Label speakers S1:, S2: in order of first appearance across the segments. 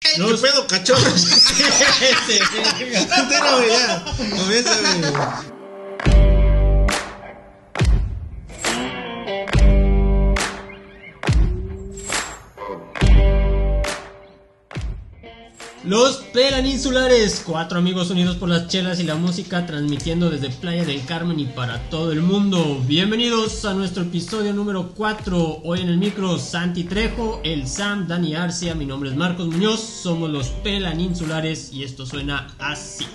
S1: ¿Qué pedo, cachorro?
S2: este,
S1: Entera, güey, ya. Comienza, güey.
S2: Los Pelanínsulares, cuatro amigos unidos por las chelas y la música, transmitiendo desde Playa del Carmen y para todo el mundo. Bienvenidos a nuestro episodio número 4. Hoy en el micro, Santi Trejo, el Sam, Dani Arcia, mi nombre es Marcos Muñoz, somos los Pelanínsulares y esto suena así.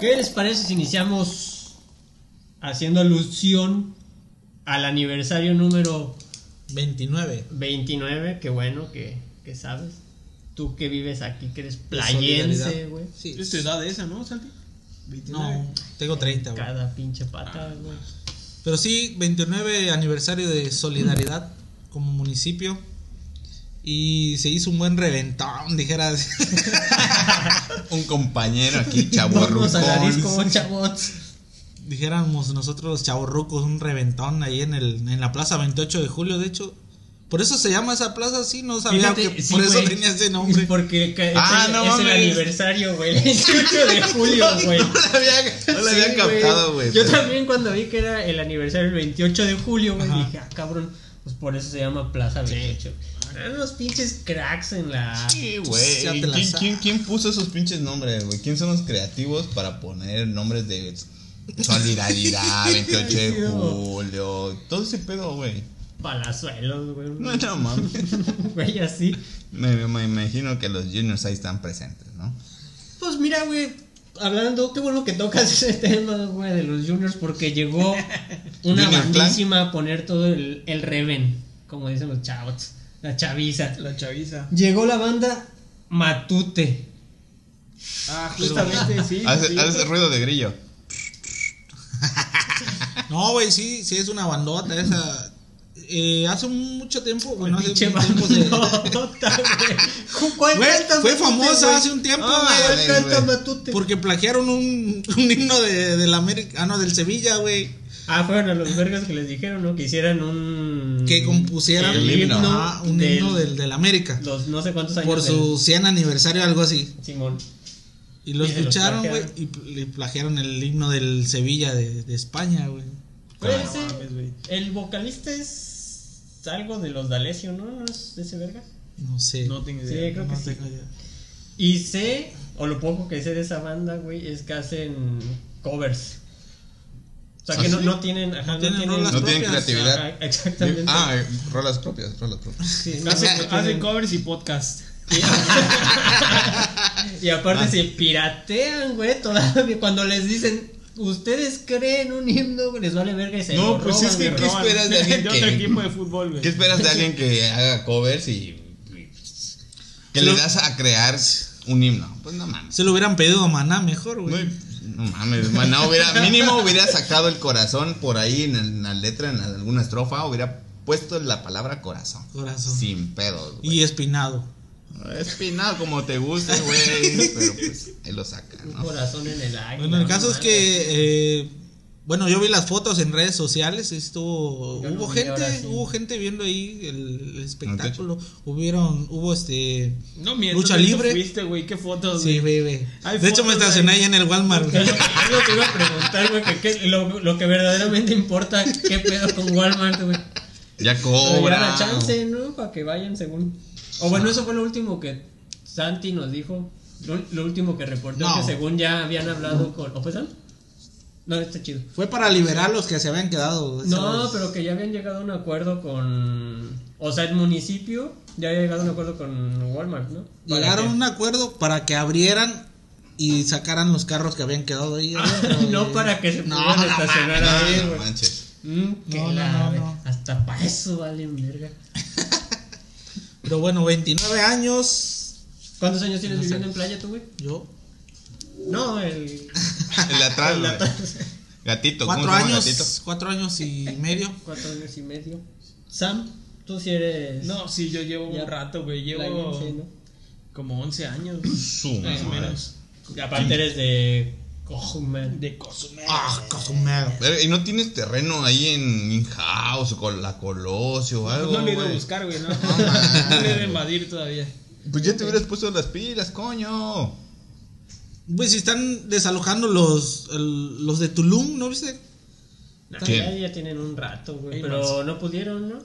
S2: ¿Qué les parece si iniciamos haciendo alusión al aniversario número
S1: 29.
S2: 29, qué bueno que, que sabes. Tú que vives aquí, que eres
S1: solidaridad.
S2: playense, güey.
S1: Sí.
S3: Es tu edad esa, ¿no, Santi?
S1: 29. No, tengo 30, güey.
S2: Cada pinche pata, güey.
S1: Pero sí, 29 aniversario de solidaridad como municipio. Y se hizo un buen reventón, dijeras.
S4: Un compañero aquí, chavo
S2: Vamos a Jalisco, chavos.
S1: dijéramos nosotros los chavorrucos, un reventón ahí en, el, en la plaza 28 de julio, de hecho. Por eso se llama esa plaza así, no sabía
S2: Fíjate,
S1: que
S2: sí,
S1: por eso
S2: güey.
S1: tenía ese nombre.
S2: Porque ca-
S4: Ah,
S2: es,
S4: no
S2: es el
S4: mames.
S2: aniversario, güey. El 28 de julio, güey.
S4: No la había, no la había
S2: Sí,
S4: captado, güey.
S2: Yo
S4: pero-
S2: también cuando vi que era el aniversario el 28 de julio, güey,
S1: Ajá.
S2: dije, ah, cabrón, pues por eso se llama Plaza 28. Eran unos pinches cracks en la...
S4: Sí, güey.
S1: Ya te la
S4: ¿Quién,
S1: sabes.
S4: quién, quién puso esos pinches nombres, güey? ¿Quién son los creativos para poner nombres de solidaridad, 28 de julio? Todo ese pedo, güey.
S2: Palazuelos, güey.
S4: No, no mames.
S2: Güey, así.
S4: Me, me imagino que los juniors ahí están presentes, ¿no?
S2: Pues mira, güey, hablando, qué bueno que tocas ese tema, güey, de los juniors, porque llegó una
S4: Junior Plan.
S2: bandísima a poner todo el, el reven, como dicen los chavos, la chaviza.
S3: La chaviza.
S2: Llegó la banda Matute.
S3: Ah, justamente, sí.
S4: Hace,
S3: sí.
S4: hace ruido de grillo.
S1: No, güey, sí, sí es una bandota esa. Eh, hace mucho tiempo, bueno, hace
S2: Pinche
S1: un tiempo se-
S2: bandota, güey. ¿Cuál
S1: Güey,
S2: canta
S1: fue
S2: Matute,
S1: famosa
S2: güey?
S1: hace un tiempo,
S2: Ah,
S1: güey.
S2: ¿cuál canta
S4: güey.
S2: Matute?
S1: Porque plagiaron un, un himno de, del América, ah, no, del Sevilla, güey.
S2: Ah, fueron a los vergas que les dijeron, ¿no? Que hicieran un...
S1: Que compusieran
S4: El himno.
S1: Ah, un himno del, del América.
S2: Los no sé cuántos años
S1: Por
S2: del-
S1: su 100 aniversario, algo así.
S2: Simón.
S1: Y lo
S2: Y se los
S1: escucharon, güey,
S2: plagiaron.
S1: y pl- le plagiaron el himno del Sevilla de, de España, güey.
S2: Pero
S4: Ah,
S2: ese-
S3: no mames, güey.
S2: el vocalista es algo de los D'Alessio, ¿no? ¿No es de ese verga?
S1: No sé.
S3: No tengo
S2: Sí,
S3: idea.
S2: creo que
S1: No
S2: sí.
S1: tengo idea.
S2: Y sé, o lo poco que sé de esa banda, güey, es que hacen covers. O sea,
S4: ¿Ah,
S2: que no,
S4: sí?
S2: no tienen... Ajá, no,
S1: No tienen
S2: tienen...
S1: rolas
S4: No tienen
S1: propias.
S4: creatividad.
S2: Ajá, exactamente.
S4: Ah, eh, rolas propias, rolas propias.
S2: Sí, no
S3: Hace,
S2: sé, no
S3: hace
S2: tienen-
S3: covers y podcast.
S2: Y aparte
S4: Ah.
S2: se piratean, güey, todavía cuando les dicen... Ustedes creen un himno, güey, les vale verga y se
S4: No,
S2: lo
S4: pues
S2: roban,
S4: es que
S2: güey.
S4: ¿Qué esperas de alguien
S3: otro
S4: que-
S3: equipo de fútbol, güey?
S4: ¿Qué esperas de alguien que haga covers y. y- que le das a crear un himno? Pues no mames.
S1: Se lo hubieran pedido a Maná mejor,
S4: No,
S1: güey.
S4: no mames, Maná hubiera, mínimo hubiera sacado el corazón por ahí en, en la letra, en alguna estrofa, hubiera puesto la palabra corazón.
S1: Corazón.
S4: Sin pedos, güey.
S1: Y espinado.
S4: Espinado como te guste, güey. Pero pues ahí lo sacan,
S2: Un
S4: ¿no?
S2: corazón en el águila.
S1: Bueno, el
S2: no
S1: caso es
S2: mames.
S1: que. eh, bueno, yo vi las fotos en redes sociales. Estuvo.
S2: Yo no
S1: hubo
S2: vi, ahora
S1: gente.
S2: sí.
S1: Hubo gente viendo ahí el, el espectáculo. Hubieron. Hubo este.
S3: No mientas,
S1: Lucha
S3: tú
S1: libre.
S3: Fuiste, güey, qué fotos,
S1: Sí,
S3: güey.
S1: güey, güey.
S3: Hay
S1: De hecho, me
S3: fotos
S1: estacioné
S3: ahí.
S1: ahí en el Walmart.
S2: Es lo que- es lo que iba a preguntar, güey, que, qué- lo, lo que verdaderamente importa, qué pedo con Walmart, güey.
S4: Ya
S2: Pero ya
S4: cobra.
S2: la chance, ¿no? Para que vayan según. O bueno, eso fue lo último que Santi nos dijo. Lo, lo último que reportó
S1: No.
S2: que según ya habían hablado con. ¿O fue Sam? No, está chido.
S1: Fue para liberar los que se habían quedado. güey.
S2: No,
S1: Esas-
S2: pero que ya habían llegado a un acuerdo con. O sea, el municipio ya había llegado a un acuerdo con Walmart, ¿no? Para
S1: Llegaron a
S2: que-
S1: un acuerdo para que abrieran y sacaran los carros que habían quedado ahí. adentro,
S2: Ah, no
S1: güey.
S2: para que se
S1: No,
S2: pudieran
S1: no
S2: estacionar
S4: No,
S2: ahí,
S4: no
S2: güey.
S4: manches.
S2: Mm, que
S1: No, no,
S2: la
S1: no,
S2: ve-
S1: no.
S2: Hasta para eso valen verga.
S1: Pero bueno, 29 años.
S2: ¿Cuántos años tienes
S1: No sé.
S2: viviendo en playa tú, güey?
S1: Yo.
S2: No, el.
S4: El de atrás,
S2: el
S4: güey.
S2: atrás.
S4: Gatito, ¿cómo
S1: Cuatro
S4: se llama gatito?
S1: años. Cuatro años y medio.
S2: Cuatro años y medio. Sam, tú sí eres.
S3: No, sí, yo llevo
S2: Ya.
S3: un rato, güey. Llevo
S2: playense, ¿no?
S3: como 11 años.
S4: Su
S3: Más o
S4: madre.
S3: menos.
S2: Y aparte eres de Cozumel.
S3: De Cozumel.
S1: Ah, Cozumel.
S4: Pero, ¿Y no tienes terreno ahí en In-House o con la Colosio o algo?
S3: no lo he ido a
S4: güey?
S3: buscar, güey, no.
S4: No,
S3: No lo he ido a
S4: man.
S3: invadir todavía.
S4: Pues ya te hubieras puesto las pilas, coño.
S1: Güey, si están desalojando los, el- los de Tulum, ¿no viste?
S2: Nah,
S4: ¿Qué?
S2: ya, ya tienen un rato, güey.
S3: Ahí
S2: Pero
S3: más.
S2: no pudieron, ¿no?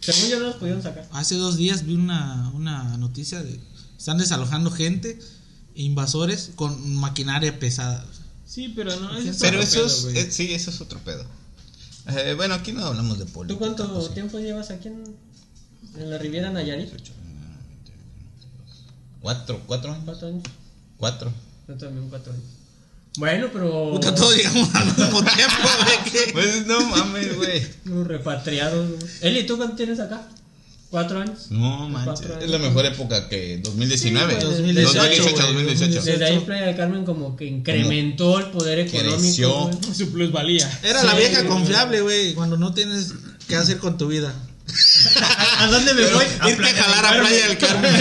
S2: Según yo no los pudieron sacar.
S1: Hace dos días vi una, una noticia de... Están desalojando gente, invasores, con maquinaria pesada.
S3: Sí, pero no.
S1: Pero
S3: es
S4: Pero
S3: otro
S4: eso
S3: pedo,
S4: es,
S3: güey.
S4: eh, sí, eso es otro pedo. Eh, bueno, aquí no hablamos de política.
S2: ¿Tú cuánto
S4: pues, sí.
S2: tiempo llevas aquí en, en la Riviera Nayarit?
S4: Cuatro, cuatro años.
S2: ¿Cuatro años?
S4: Cuatro.
S2: Yo también cuatro años. Bueno, pero...
S1: Puta, todos llegamos al mismo tiempo, güey. ¿qué?
S4: Pues no mames, güey.
S2: Los repatriados. güey. Eli, ¿tú cuánto tienes acá? ¿Cuatro años?
S4: No manches.
S2: Cuatro años.
S4: Es la mejor época que 2019.
S2: Sí, güey,
S4: 2018,
S1: 2018,
S4: 2018.
S1: güey,
S2: Desde ahí Playa del Carmen como que incrementó el poder económico.
S4: Creció.
S2: güey.
S3: Su plusvalía.
S1: Era la
S2: Sí,
S1: vieja
S2: güey.
S1: confiable, güey, cuando no tienes qué hacer con tu vida.
S2: ¿A dónde me voy?
S1: Irte a jalar a Playa del Carmen.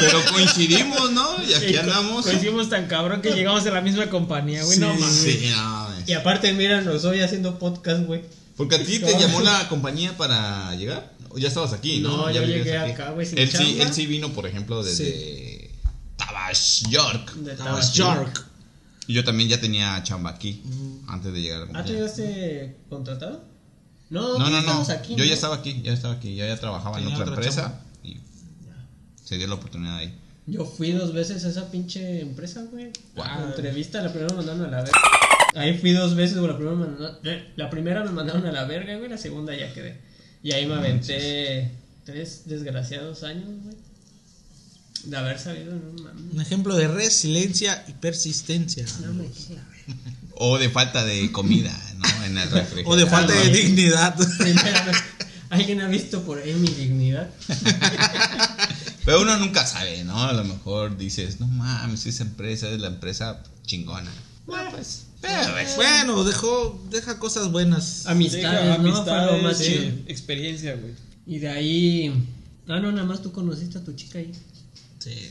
S4: Pero coincidimos, ¿no? Y aquí andamos.
S3: Coincidimos tan cabrón que llegamos a la misma compañía, güey. No mames.
S4: Sí, no, mames.
S2: Y aparte, míranos hoy haciendo podcast, güey.
S4: Porque a ti te llamó la compañía para llegar. ¿O Ya estabas aquí, ¿no?
S2: No,
S4: Ya
S2: yo
S4: vivías
S2: llegué
S4: aquí.
S2: acá, güey, sin
S4: Él sí,
S2: chamba.
S4: él sí vino, por ejemplo, desde Tabash York.
S2: De
S1: Ah,
S2: Tabasco.
S1: York.
S4: Y yo también ya tenía chamba aquí antes de llegar a la
S2: ¿Ah, tú
S4: compañía.
S2: llegaste contratado? No, pues
S4: No, no, no.
S2: estamos aquí.
S4: yo
S2: ¿no?
S4: ya estaba aquí, ya estaba aquí. Yo ya trabajaba en
S1: Tenía
S4: otra
S1: otra
S4: empresa y se dio la oportunidad ahí.
S2: Yo fui dos veces a esa pinche empresa, güey.
S4: Wow.
S2: La entrevista, la primera me mandaron a la verga. Ahí fui dos veces, güey. La primera, me mandaron, eh, la primera me mandaron a la verga, güey. La segunda ya quedé. Y ahí me aventé tres desgraciados años, güey. De haber sabido, no mames.
S1: Un ejemplo de resiliencia y persistencia.
S2: No me quise la verga.
S4: O de falta de comida, ¿no? En el refrigerador.
S1: O de falta de
S2: güey.
S1: dignidad.
S2: Primera vez. ¿Alguien ha visto por ahí mi dignidad?
S4: Pero uno nunca sabe, ¿no? A lo mejor dices, no mames, esa empresa es la empresa chingona. Bueno, pues, pero es-
S1: Eh, Bueno, dejó, deja cosas buenas.
S2: Amistades,
S3: Deja
S2: ¿no? Fue lo más
S3: sí,
S2: chido.
S3: Experiencia, güey.
S2: Y de ahí. Ah, no, nada más tú conociste a tu chica ahí.
S1: Sí.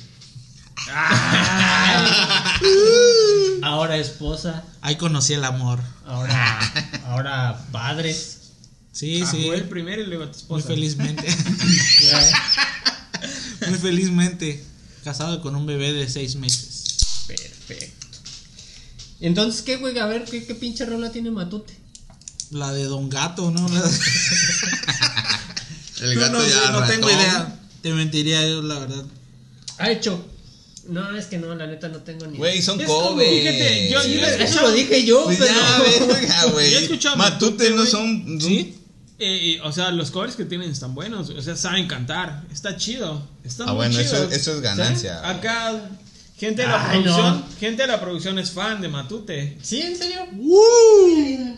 S2: Ahora esposa,
S1: Ahí conocí el amor.
S2: ahora, ahora padres.
S1: Sí,
S3: Ah,
S1: sí.
S3: Fue el primero y luego a tu
S1: Muy
S3: esposa.
S1: felizmente. Muy felizmente. Casado con un bebé de seis meses.
S2: Perfecto. Entonces, ¿qué, güey? A ver, ¿qué, qué pinche rola tiene Matute?
S1: La de Don Gato, ¿no? La de-
S4: El
S1: No,
S4: gato
S1: no,
S4: ya
S1: sé, no tengo
S4: ratón.
S1: idea. Te mentiría yo, la verdad.
S2: Ha hecho. No, es que no, la neta no tengo ni.
S4: Güey, son
S3: Es como,
S4: covers.
S3: fíjate, yo- yo-
S2: Eso lo dije yo,
S4: Pues
S2: pero.
S4: ya, verga,
S3: Yo
S4: güey.
S3: escuchaba
S4: Matute
S3: Matute,
S4: no
S3: güey.
S4: son.
S1: ¿Sí?
S3: Eh, eh, o sea, los covers que tienen están buenos. O sea, saben cantar. Está chido. Está
S4: Ah,
S3: muy
S4: bueno,
S3: chido.
S4: eso- eso es ganancia.
S3: ¿Saben? Acá, gente de la
S2: Ay, no.
S3: producción. Gente de la producción es fan de Matute.
S2: ¿Sí, en serio?
S5: Uh.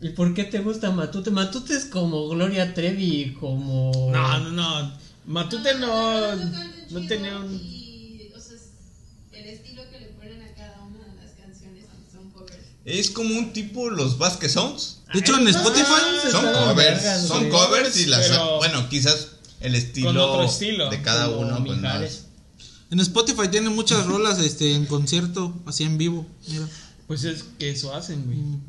S2: ¿Y por qué te gusta Matute? Matute es como Gloria Trevi, como.
S3: No, no, no. Matute no.
S5: no tocan
S3: No
S5: chido
S3: tenía un.
S5: Y, o sea, es el estilo que le ponen a cada una de las canciones que son covers.
S4: Es como un tipo los Vasquez Sounds.
S1: De hecho, en
S2: Ah,
S1: Spotify-
S2: se
S4: Son
S2: sabe
S4: covers.
S2: vergas,
S4: Son
S2: güey.
S4: covers y las.
S3: Pero-
S4: Bueno, quizás el estilo,
S3: otro estilo,
S4: de cada
S2: Como
S4: uno. pues, no.
S2: Mijares.
S1: En Spotify tiene muchas rolas este, en concierto, así en vivo. Mira, Mm,
S3: Pues es que eso hacen, güey.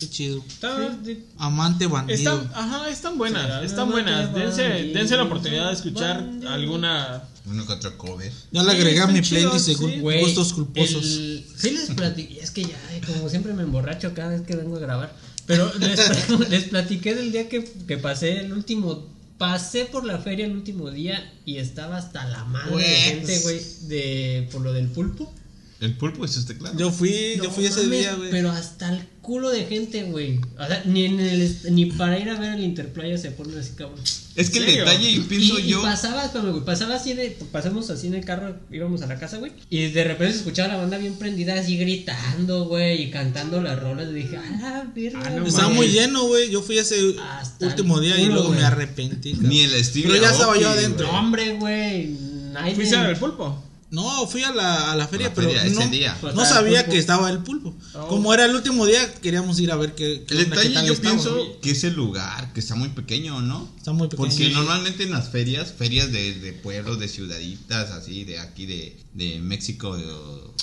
S1: qué chido.
S3: Está- de-
S1: Amante bandido.
S3: Están, ajá, están buenas,
S2: Será
S3: están
S2: una
S3: buenas.
S2: nueva
S3: Dense,
S2: vida,
S3: dense la oportunidad de escuchar
S2: bandido.
S3: alguna.
S4: Uno que otro cover.
S1: Ya le
S3: Sí,
S1: agregué a
S3: están
S1: mi
S3: chidos,
S1: playlist según
S3: sí.
S2: Güey,
S1: gustos culposos.
S2: el- sí les platiqué, es que ya, eh, como siempre me emborracho cada vez que vengo a grabar, pero les, pla- les platiqué del día que, que pasé el último, pasé por la feria el último día y estaba hasta la madre de
S1: Güey. pues.
S2: gente, güey, de, por lo del pulpo.
S4: El pulpo es este claro.
S1: Yo fui, yo
S2: No
S1: fui ese
S2: mames,
S1: día, güey.
S2: Pero hasta el culo de gente, güey. O sea, ni, en el est- ni para ir a ver el Interplaya se pone así, cabrón.
S4: Es que el
S3: ¿En serio?
S4: detalle, yo pienso
S2: y, y
S4: yo.
S2: pasaba, espérame, güey, pasaba así de, pasamos así en el carro, íbamos a la casa, güey, y de repente se escuchaba la banda bien prendida, así gritando, güey, y cantando las rolas, y dije, a la verga,
S3: Ah, no
S2: güey".
S1: Estaba
S3: mames.
S1: muy lleno, güey. Yo fui ese
S2: Hasta
S1: último
S2: el
S1: día y
S2: culo,
S1: luego
S2: güey.
S1: me arrepentí. cabrón.
S4: Ni el estilo.
S1: Pero ya estaba yo
S2: No,
S1: adentro.
S2: hombre, güey, nadie-
S3: ¿Fuiste al pulpo?
S1: No, fui a la, a la feria,
S4: la
S1: pero
S4: feria,
S1: no,
S4: ese día.
S1: no
S2: Pues estaba el
S1: sabía
S2: pulpo.
S1: que estaba el pulpo.
S3: Oh.
S1: Como era el último día, queríamos ir a ver qué, qué
S4: El
S1: onda, qué
S4: detalle,
S1: tal
S4: yo
S1: estaba.
S4: pienso que es el lugar, que está muy pequeño, ¿no?
S1: Está muy pequeño.
S4: Porque normalmente en las ferias, ferias de, de pueblos, de ciudaditas, así, de aquí de, de México, de-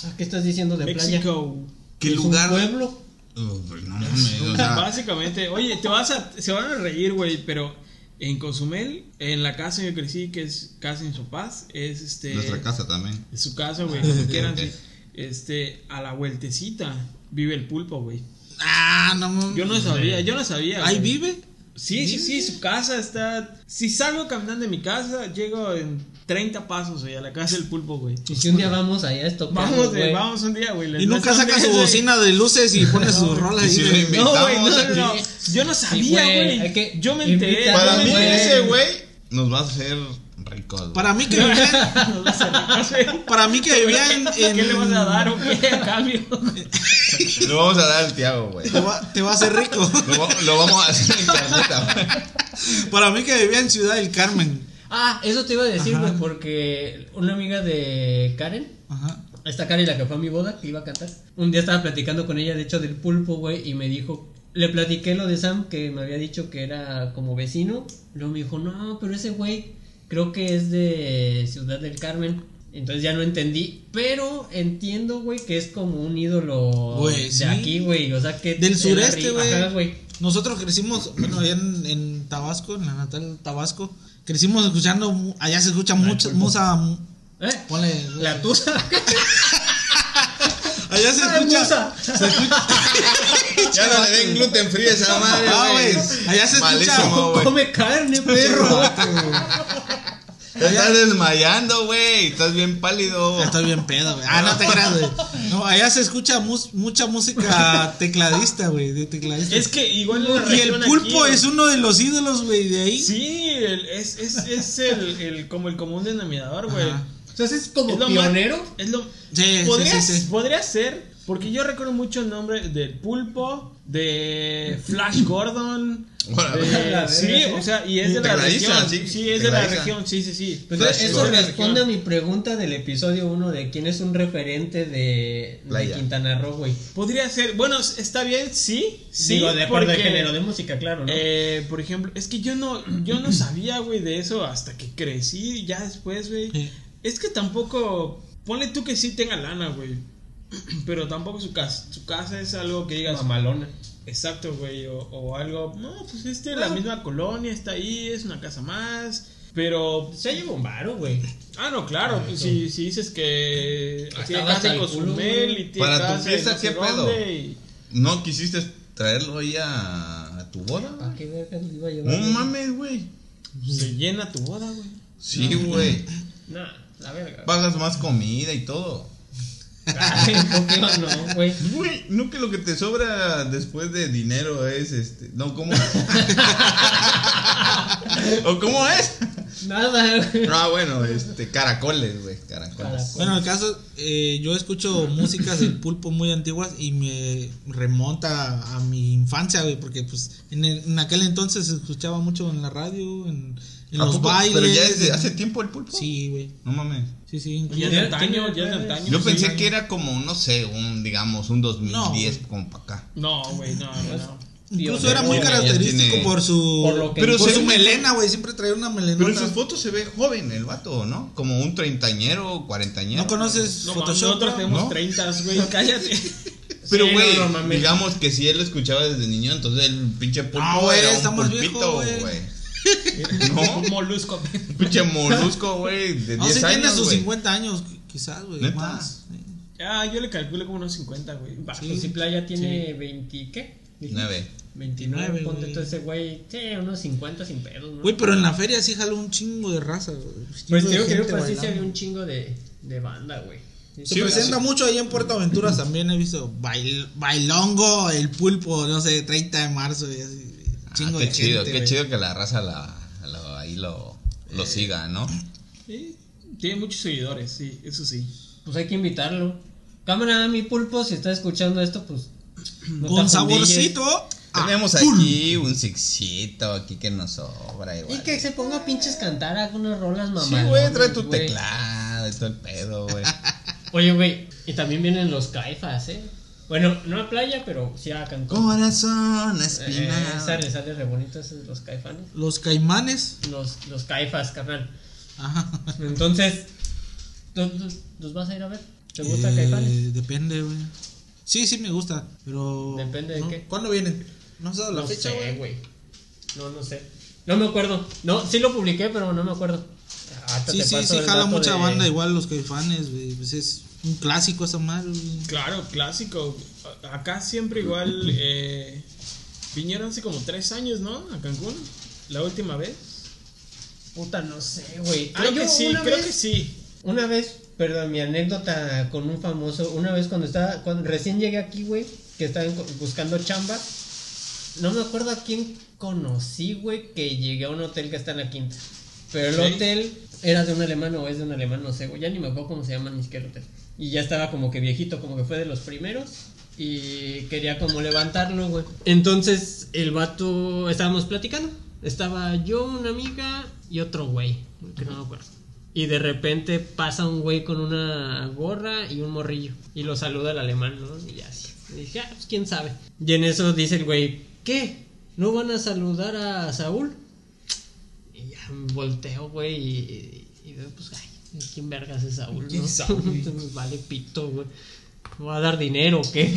S2: Ah, ¿Qué estás diciendo de playa?
S3: México.
S4: ¿Qué
S2: es
S4: lugar?
S2: Un pueblo.
S4: Uh, pues no mames, o sea,
S3: Básicamente, oye, te vas a, se van a reír, güey, pero en Cozumel, en la casa que crecí, que es casa en su paz, es este...
S4: nuestra casa también.
S3: Es su casa, güey, como quieran,
S4: Ok.
S3: sí. Este, a la vueltecita vive el pulpo, güey.
S1: Ah, no mames.
S3: Yo no sabía, yo no sabía.
S1: Ahí
S3: güey.
S1: vive.
S3: Sí, sí, sí, su casa está... Si salgo caminando de mi casa, llego en 30 pasos, güey, a la casa del pulpo, güey.
S2: Y si un día vamos allá a esto,
S3: Vamos, güey, vamos un día, güey. les
S1: Y nunca
S3: muestro
S1: saca
S3: dónde
S1: su
S3: es, güey.
S1: bocina de luces y pone su rola
S4: Y
S1: ahí.
S4: si lo
S1: de-
S4: invita-
S3: No, güey, no,
S4: Invitamos
S3: no, no.
S4: aquí.
S3: Yo no sabía,
S2: güey,
S3: güey.
S2: hay que
S3: yo me enteré.
S2: invitar,
S4: Para
S3: yo me
S4: mí
S2: güey.
S4: ese güey nos va a hacer ricos. güey.
S1: Para mí que vivía,
S3: enteré.
S1: para mí que vivía en, en-
S3: ¿Qué le vas a dar o qué a cambio?
S4: Lo vamos a dar al Tiago, güey.
S1: Te va, te va a hacer rico.
S4: Lo, va- lo vamos a hacer en carneta, güey.
S1: Para mí que vivía en Ciudad del Carmen.
S2: Ah, eso te iba a decir,
S1: Ajá.
S2: güey, porque una amiga de Karen,
S1: Ajá.
S2: esta Karen la que fue a mi boda, que iba a cantar, un día estaba platicando con ella, de hecho, del pulpo, güey, y me dijo, le platiqué lo de Sam, que me había dicho que era como vecino, luego me dijo, no, pero ese güey creo que es de Ciudad del Carmen. Entonces ya no entendí, pero entiendo, güey, que es como un ídolo
S1: Güey,
S2: de
S1: sí.
S2: aquí, güey. O sea, que.
S1: Del
S2: el
S1: sureste,
S2: arri-
S1: güey.
S2: Ajá, güey.
S1: Nosotros crecimos, bueno, allá en, en Tabasco, en la natal Tabasco, crecimos escuchando, mu- allá se escucha mucha musa, mu-
S2: ¿Eh?
S1: ponle,
S2: La tusa.
S1: allá se
S2: Ay,
S1: escucha,
S2: musa.
S4: Ya no le den gluten free a esa madre,
S1: Ah,
S4: güey.
S1: güey, allá se escucha.
S4: Malísimo, güey.
S2: Come carne, perro.
S4: Te estás desmayando, güey. Estás bien pálido.
S1: Oh, estoy bien pedo, güey, ah, no te creas, güey, no, allá se escucha mus- mucha música tecladista, güey, de tecladista,
S3: Es que igual en la
S1: y el
S3: región
S1: pulpo
S3: aquí,
S1: es uno de los ídolos, güey, de ahí,
S3: Sí, el- es, es, es el, el- como el común denominador, güey.
S1: Ajá.
S2: Entonces es como
S3: Es lo más-
S2: pionero.
S3: Es lo,
S1: sí,
S3: podría,
S1: sí, sí.
S3: podría ser, porque yo recuerdo mucho el nombre del pulpo, de Flash Gordon.
S4: Bueno,
S3: de-
S2: la verga,
S3: sí,
S2: ¿sí?
S3: o sea, y es de la
S4: Tecladista,
S3: región.
S4: sí,
S3: Sí, es de la
S4: tecladista.
S3: región, sí, sí, sí.
S2: Pues
S4: Flash
S2: eso
S4: Gordon.
S2: responde a mi pregunta del episodio 1 de quién es un referente de, de
S4: Playa.
S2: Quintana Roo, güey.
S3: Podría ser, bueno, s- está bien, sí, sí,
S2: Digo, de acuerdo
S3: porque,
S2: al género de música, claro, ¿no?
S3: eh, por ejemplo, es que yo no, yo no sabía, güey, de eso hasta que crecí, ya después, güey.
S1: Sí.
S3: Es que tampoco, ponle tú que sí tenga lana, güey, pero tampoco su casa, su casa es algo que digas,
S2: Mamalona.
S3: exacto, güey, o, o algo, no, pues este, la misma colonia está ahí, es una casa más, pero,
S2: Se lleva un varo, güey.
S3: ah, no, claro, pues, si, si dices que
S2: Hasta
S3: tiene
S2: vas
S3: casa en
S2: al culo,
S3: Cozumel
S2: güey.
S3: y tiene
S4: Para tu
S3: casa en
S4: fiesta,
S3: no sé
S4: ¿qué pedo?
S3: dónde y-
S4: ¿No quisiste traerlo ahí a, a tu boda?
S1: Ah,
S2: ¿A qué verga lo iba a llevar?
S4: No mames, güey.
S3: Se llena tu boda, güey.
S4: Sí, güey.
S2: Nah, la verga.
S4: Pagas más comida y todo.
S2: Ay, ¿por qué no, güey?
S4: Güey, no que lo que te sobra después de dinero es este. No, ¿cómo? ¿O cómo es?
S2: Nada, güey.
S4: Ah, bueno, este, caracoles, güey, caracoles.
S2: Caracoles.
S1: Bueno, el caso, eh, yo escucho músicas del pulpo muy antiguas y me remonta a mi infancia, güey, porque pues en, el- en aquel entonces se escuchaba mucho en la radio, en, en
S4: ¿A
S1: los
S4: poco?
S1: bailes. eh.
S4: Pero ya desde hace tiempo el pulpo.
S1: Sí, güey.
S4: No mames.
S1: Sí, sí. incluso-
S3: Ya es de
S2: Tiene-
S3: antaño,
S2: tiene
S3: ya es de
S2: redes.
S3: antaño.
S4: Yo
S3: sí.
S4: pensé que era como, no sé, un, digamos, un 2010 como para acá.
S3: No, güey, no, no, no.
S1: Incluso
S2: Dios,
S1: era muy
S4: ya tiene-
S1: característico por su
S2: Por lo que-
S1: pero
S4: Pero
S1: por
S4: se-
S1: su melena, güey, siempre traía una
S4: Pero en
S1: melenota.
S4: sus fotos se ve joven el vato, ¿no? Como un treintañero, cuarentañero.
S1: ¿No conoces
S3: No, mames,
S1: Photoshop?
S3: nosotros
S1: no?
S3: tenemos
S4: ¿no?
S3: 30, güey, cállate.
S4: Pero,
S2: Sí,
S4: güey,
S2: no, no mames.
S4: digamos que si él lo escuchaba desde niño, entonces el pinche pulpo
S1: No, Ah, güey,
S4: era un
S1: estamos
S4: pulpito,
S1: viejos, güey.
S4: güey.
S3: Un
S4: No,
S3: molusco.
S4: un pinche molusco, güey, de 10
S1: No, Ah, sí tiene
S4: años,
S1: sus
S4: güey.
S1: 50 años, qui- quizás, güey,
S4: ¿Neta?
S1: más. sí.
S3: Ah, yo le calculo como unos 50, güey. Va,
S2: Pues si Playa tiene 20, ¿qué?
S4: Nueve.
S2: 29,
S1: Nueve,
S2: ponte
S1: güey.
S2: todo ese güey. Sí, unos 50 sin pedos, ¿no?
S1: Güey, pero en la feria sí jaló un chingo de raza, güey.
S2: Pues
S1: Chingo de
S2: te digo que yo
S1: gente
S2: pasé sí
S1: bailando. pues,
S2: había un chingo de, de banda, güey.
S1: Se presenta mucho ahí en Puerto Aventuras también he visto bail- bailongo, el pulpo, no sé, 30 de marzo y así.
S4: Ah,
S1: Chingo
S4: qué
S1: de
S4: chido,
S1: gente,
S4: qué
S1: güey. Eh,
S4: chido que la raza la, la- ahí lo, lo siga, ¿no?
S3: Sí, tiene muchos seguidores, sí, eso sí.
S2: Pues hay que invitarlo. Cámara, mi pulpo, si está escuchando esto, pues. no te
S1: Con
S2: afundilles.
S1: saborcito. ah, a
S4: Tenemos aquí un sixito aquí que nos sobra igual.
S2: Y que se ponga a pinches cantar algunas rolas, mamá.
S4: Sí, güey, trae tu teclado y todo el pedo, güey.
S2: Oye, güey, y también vienen los caifas, ¿eh? Bueno, no a playa, pero sí a Cancún.
S4: Corazón
S2: Eh, esa
S4: espinado.
S2: le sale re bonito, esos los caifanes.
S1: Los caimanes.
S2: Los, los caifas, carnal.
S1: Ajá.
S2: Entonces, ¿los, los, los vas a ir a ver? ¿Te gusta
S1: Eh,
S2: caifanes?
S1: Depende, güey. Sí, sí me gusta, pero...
S2: Depende de
S1: no.
S2: qué.
S1: ¿Cuándo vienen? ¿No has dado la
S2: No
S1: fecha,
S2: sé,
S1: güey?
S2: güey. No, no sé. No me acuerdo. No, sí lo publiqué, pero no me acuerdo. Hasta
S1: Sí,
S2: te
S1: sí,
S2: paso
S1: sí,
S2: el
S1: jala
S2: dato
S1: mucha
S2: de-
S1: banda igual los caifanes, güey. Pues es un clásico esa madre, güey.
S3: Claro, clásico. A- Acá siempre igual. eh, vinieron hace como tres años, ¿no? A Cancún. La última vez.
S2: Puta, no sé, güey.
S3: Creo
S2: Ah, yo
S3: que sí,
S2: una
S3: creo
S2: vez-
S3: que sí.
S2: Una vez, perdón, mi anécdota con un famoso, una vez cuando estaba, cuando recién llegué aquí, güey, que estaba en- buscando chamba, no me acuerdo a quién conocí, güey, que llegué a un hotel que está en la quinta. Pero el
S3: Ok.
S2: hotel era de un alemán o es de un alemán, no sé, güey, ya ni me acuerdo cómo se llama ni siquiera el hotel. Y ya estaba como que viejito, como que fue de los primeros. Y quería como levantarlo, güey. Entonces el vato, estábamos platicando. Estaba yo, una amiga y otro güey, que no me acuerdo. Y de repente pasa un güey con una gorra y un morrillo. Y lo saluda el alemán, ¿no? Y ya así. Y dije, ah, pues quién sabe. Y en eso dice el güey, ¿qué? ¿No van a saludar a Saúl? Y ya volteo, güey, y, y veo, pues, ay, ¿quién vergas es Saúl?
S3: ¿Quién
S2: no?
S3: es Saúl, güey?
S2: Entonces, pues, vale pito, güey. ¿Me va a dar dinero o qué?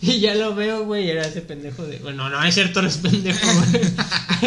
S2: y ya lo veo, güey, era ese pendejo de... Bueno, no, es cierto, no es pendejo, güey.